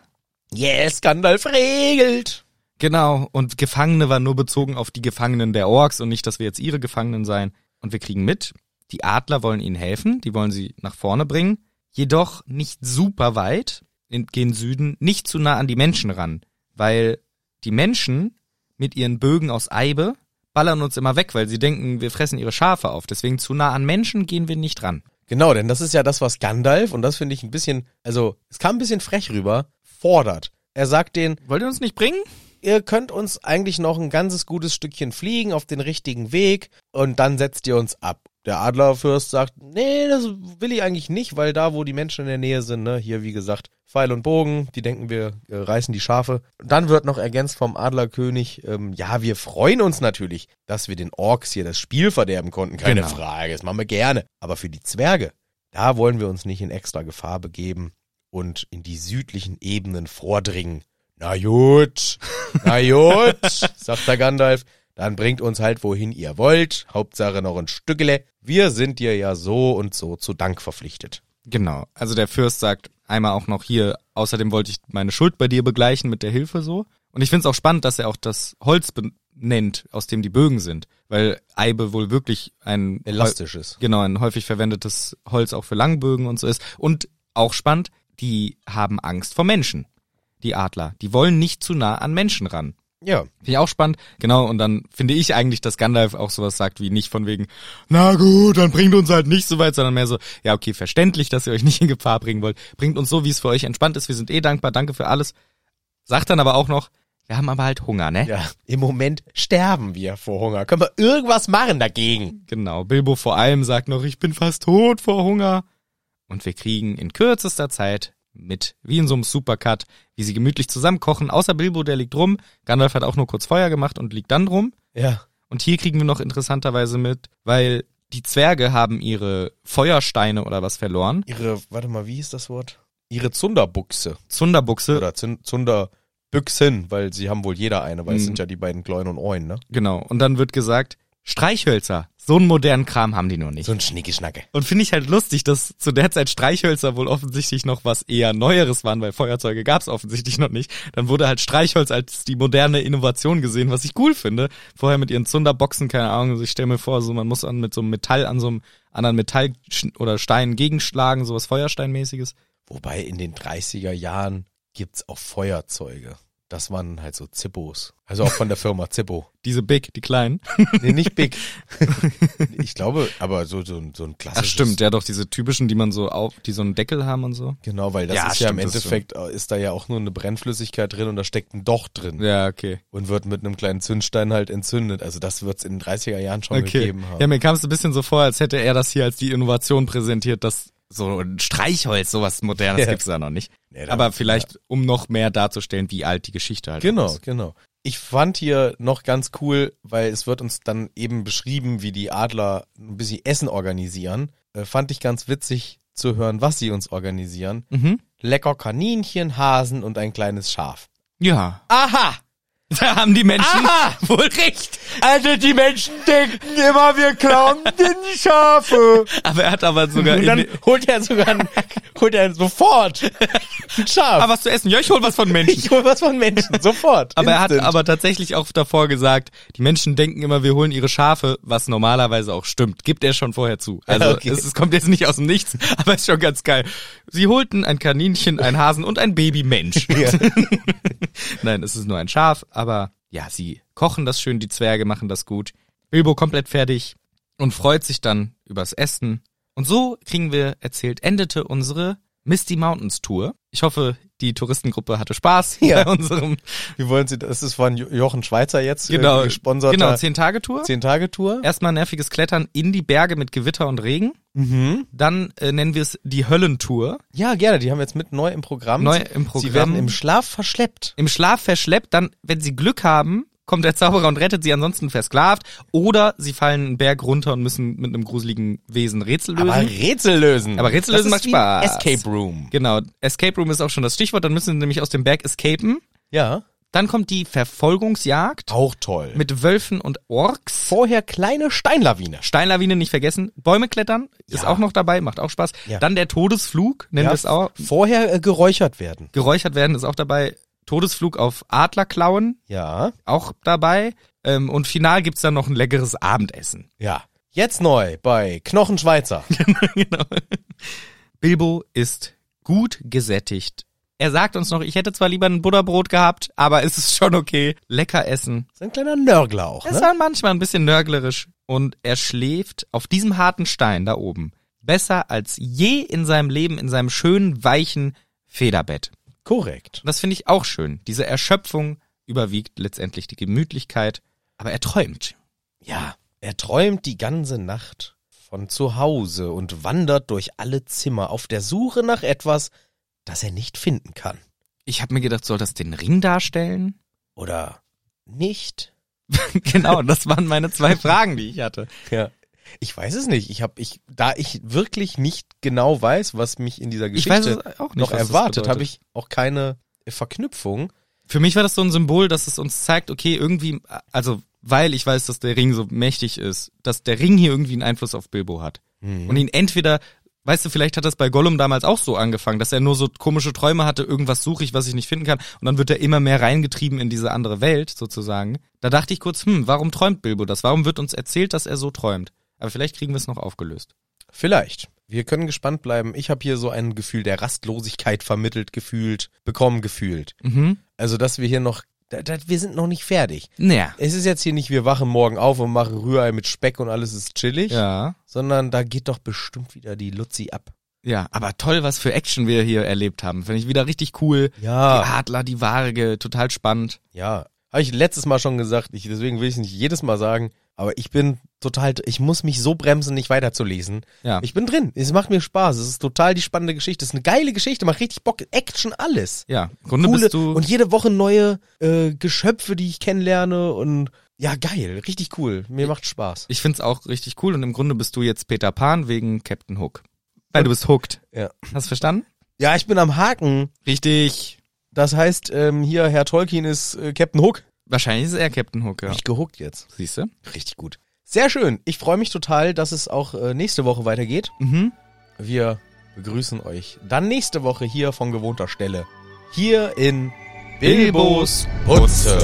Yes, Gandalf regelt. Genau. Und Gefangene war nur bezogen auf die Gefangenen der Orks und nicht, dass wir jetzt ihre Gefangenen seien. Und wir kriegen mit, die Adler wollen ihnen helfen, die wollen sie nach vorne bringen, jedoch nicht super weit, in, gehen Süden, nicht zu nah an die Menschen ran, weil die Menschen mit ihren Bögen aus Eibe ballern uns immer weg, weil sie denken, wir fressen ihre Schafe auf. Deswegen zu nah an Menschen gehen wir nicht ran. Genau, denn das ist ja das, was Gandalf, und das finde ich ein bisschen, also es kam ein bisschen frech rüber, fordert. Er sagt denen, Wollt ihr uns nicht bringen? ihr könnt uns eigentlich noch ein ganzes gutes Stückchen fliegen auf den richtigen Weg und dann setzt ihr uns ab. Der Adlerfürst sagt, nee, das will ich eigentlich nicht, weil da, wo die Menschen in der Nähe sind, ne, hier wie gesagt, Pfeil und Bogen, die denken, wir äh, reißen die Schafe. Und dann wird noch ergänzt vom Adlerkönig, ähm, ja, wir freuen uns natürlich, dass wir den Orks hier das Spiel verderben konnten, keine Genau. Frage, das machen wir gerne. Aber für die Zwerge, da wollen wir uns nicht in extra Gefahr begeben und in die südlichen Ebenen vordringen. Na gut, na gut, sagt der Gandalf, dann bringt uns halt wohin ihr wollt, Hauptsache noch ein Stückele. Wir sind dir ja so und so zu Dank verpflichtet. Genau. Also der Fürst sagt einmal auch noch hier, außerdem wollte ich meine Schuld bei dir begleichen mit der Hilfe so. Und ich finde es auch spannend, dass er auch das Holz benennt, aus dem die Bögen sind. Weil Eibe wohl wirklich ein Elastisches. Genau, ein häufig verwendetes Holz auch für Langbögen und so ist. Und auch spannend, die haben Angst vor Menschen. Die Adler. Die wollen nicht zu nah an Menschen ran. Ja, Finde ich auch spannend. Genau, und dann finde ich eigentlich, dass Gandalf auch sowas sagt wie nicht von wegen, na gut, dann bringt uns halt nicht so weit, sondern mehr so, ja okay, verständlich, dass ihr euch nicht in Gefahr bringen wollt. Bringt uns so, wie es für euch entspannt ist. Wir sind eh dankbar, danke für alles. Sagt dann aber auch noch, wir haben aber halt Hunger, ne? ja. Im Moment sterben wir vor Hunger. Können wir irgendwas machen dagegen? Genau, Bilbo vor allem sagt noch, ich bin fast tot vor Hunger. Und wir kriegen in kürzester Zeit mit, wie in so einem Supercut, wie sie gemütlich zusammenkochen. Außer Bilbo, der liegt rum. Gandalf hat auch nur kurz Feuer gemacht und liegt dann rum. Ja. Und hier kriegen wir noch interessanterweise mit, weil die Zwerge haben ihre Feuersteine oder was verloren. Ihre, warte mal, wie ist das Wort? Ihre Zunderbuchse. Zunderbuchse, Oder Zun- Zunderbüchsen, weil sie haben wohl jeder eine, weil es Mhm. sind ja die beiden Kleuen und Oin, ne? genau. Und dann wird gesagt, Streichhölzer. So einen modernen Kram haben die noch nicht. ein Schnicke-Schnacke. Und finde ich halt lustig, dass zu der Zeit Streichhölzer wohl offensichtlich noch was eher Neueres waren, weil Feuerzeuge gab es offensichtlich noch nicht. Dann wurde halt Streichholz als die moderne Innovation gesehen, was ich cool finde. Vorher mit ihren Zunderboxen, keine Ahnung, also ich stelle mir vor, so man muss an, mit so einem Metall an so einem anderen Metall sch- oder Stein gegenschlagen, sowas Feuersteinmäßiges. Wobei in den 30er Jahren gibt's auch Feuerzeuge. Das waren halt so Zippos. Also auch von der Firma Zippo. Diese Big, die kleinen. Nee, [laughs] nicht Big. ich glaube, aber so, so, ein- so ein klassisches. Ach stimmt, ja doch, diese typischen, die man so auf, die so einen Deckel haben und so. Genau, weil das Ja, ist ja im stimmt, das Endeffekt, äh, ist da ja auch nur eine Brennflüssigkeit drin und da steckt ein Docht drin Ja, okay. und wird mit einem kleinen Zündstein halt entzündet. Also das wird's in den 30er Jahren schon Okay. gegeben haben. Ja, mir kam es ein bisschen so vor, als hätte er das hier als die Innovation präsentiert, dass so ein Streichholz, sowas Modernes Ja. gibt's da noch nicht. Nee, da- Aber vielleicht, um noch mehr darzustellen, wie alt die Geschichte halt Genau, ist. genau. Ich fand hier noch ganz cool, weil es wird uns dann eben beschrieben, wie die Adler ein bisschen Essen organisieren. Äh, fand ich ganz witzig zu hören, was sie uns organisieren. Mhm. Lecker Kaninchen, Hasen und ein kleines Schaf. Ja. [laughs] Aha! Da haben die Menschen Aha! wohl recht. Also die Menschen denken immer, wir [laughs] klauen den Schafe. Aber er hat aber sogar. Und dann in, holt er sogar ein, holt er sofort ein Schaf. aber Ah, was zu essen? Ja, ich hol was von Menschen. ich hol was von Menschen, sofort. Aber er hat Instant. aber tatsächlich auch davor gesagt, die Menschen denken immer, wir holen ihre Schafe, was normalerweise auch stimmt. Gibt er schon vorher zu. Also Okay. es, es kommt jetzt nicht aus dem Nichts, [laughs] aber ist schon ganz geil. Sie holten ein Kaninchen, ein Hasen und ein Babymensch. [laughs] Ja. [laughs] Nein, es ist nur ein Schaf, aber ja, sie kochen das schön, die Zwerge machen das gut. Bilbo komplett fertig und freut sich dann übers Essen. Und so kriegen wir erzählt, endete unsere Misty Mountains Tour. Ich hoffe, die Touristengruppe hatte Spaß Ja. bei unserem Wie wollen Sie, das ist von Jo- Jochen Schweizer jetzt Genau, äh, gesponserter Genau, 10-Tage-Tour. 10-Tage-Tour. Erstmal nerviges Klettern in die Berge mit Gewitter und Regen. Mhm. Dann äh, nennen wir es die Höllentour. Ja, gerne. Die haben jetzt mit neu im Programm. Neu Sie- im Programm. Sie werden im Schlaf verschleppt. Im Schlaf verschleppt, dann, wenn sie Glück haben, kommt der Zauberer und rettet sie, ansonsten versklavt. Oder sie fallen einen Berg runter und müssen mit einem gruseligen Wesen Rätsel lösen. Rätsel lösen. Aber Rätsel lösen das macht ist wie ein Spaß. Escape Room. genau, Escape Room ist auch schon das Stichwort. Dann müssen sie nämlich aus dem Berg escapen. Ja. Dann kommt die Verfolgungsjagd Auch toll. mit Wölfen und Orks. vorher kleine Steinlawine. Steinlawine nicht vergessen. Bäume klettern ist Ja. auch noch dabei, macht auch Spaß. Ja. Dann der Todesflug, nennen wir es auch. Vorher äh, geräuchert werden. geräuchert werden ist auch dabei. Todesflug auf Adlerklauen Ja. auch dabei. Ähm, und final gibt's dann noch ein leckeres Abendessen. Ja. Jetzt neu bei Knochenschweizer. Bilbo ist gut gesättigt Er sagt uns noch, ich hätte zwar lieber ein Butterbrot gehabt, aber es ist schon okay. Lecker essen. Ist ein kleiner Nörgler auch, Er ist ne? dann manchmal ein bisschen nörglerisch. Und er schläft auf diesem harten Stein da oben besser als je in seinem Leben in seinem schönen, weichen Federbett. Korrekt. Und das finde ich auch schön. Diese Erschöpfung überwiegt letztendlich die Gemütlichkeit. Aber er träumt. Ja, er träumt die ganze Nacht von zu Hause und wandert durch alle Zimmer auf der Suche nach etwas, das er nicht finden kann. Ich habe mir gedacht, soll das den Ring darstellen? [laughs] Oder nicht? genau, das waren meine zwei Fragen, die ich hatte. Ja. Ich weiß es nicht. Ich habe ich da ich wirklich nicht genau weiß, was mich in dieser Ich Geschichte weiß es auch nicht. noch was das erwartet, bedeutet. habe ich auch keine Verknüpfung. Für mich war das so ein Symbol, dass es uns zeigt, okay, irgendwie, also weil ich weiß, dass der Ring so mächtig ist, dass der Ring hier irgendwie einen Einfluss auf Bilbo hat. Und ihn entweder, weißt du, vielleicht hat das bei Gollum damals auch so angefangen, dass er nur so komische Träume hatte, irgendwas suche ich, was ich nicht finden kann. Und dann wird er immer mehr reingetrieben in diese andere Welt, sozusagen. Da dachte ich kurz, hm, warum träumt Bilbo das? Warum wird uns erzählt, dass er so träumt? Aber vielleicht kriegen wir es noch aufgelöst. Vielleicht. Wir können gespannt bleiben. Ich habe hier so ein Gefühl der Rastlosigkeit vermittelt gefühlt, bekommen gefühlt. Mhm. Also, dass wir hier noch, da, da, wir sind noch nicht fertig. Naja. Es ist jetzt hier nicht, wir wachen morgen auf und machen Rührei mit Speck und alles ist chillig, Ja. sondern da geht doch bestimmt wieder die Luzi ab. Ja, aber toll, was für Action wir hier erlebt haben. Finde ich wieder richtig cool. Ja. Die Adler, die Warge, total spannend. Ja, habe ich letztes Mal schon gesagt, ich, deswegen will ich es nicht jedes Mal sagen, aber ich bin total, ich muss mich so bremsen, nicht weiterzulesen. Ja. Ich bin drin, es macht mir Spaß, es ist total die spannende Geschichte, es ist eine geile Geschichte, macht richtig Bock, Action, alles. Ja, im Grunde Coole, bist du. und jede Woche neue äh, Geschöpfe, die ich kennenlerne und ja, geil, richtig cool, mir macht Spaß. ich find's auch richtig cool und im Grunde bist du jetzt Peter Pan wegen Captain Hook. Weil du bist hooked. Ja. Hast du verstanden? Ja, ich bin am Haken, Richtig. das heißt, ähm, hier, Herr Tolkien ist äh, Captain Hook. Wahrscheinlich ist er Captain Hook, ja. Hab ich gehuckt jetzt. Siehst du? Richtig gut. Sehr schön. Ich freue mich total, dass es auch äh, nächste Woche weitergeht. Mhm. Wir begrüßen euch dann nächste Woche hier von gewohnter Stelle. Hier in Bilbos Putze.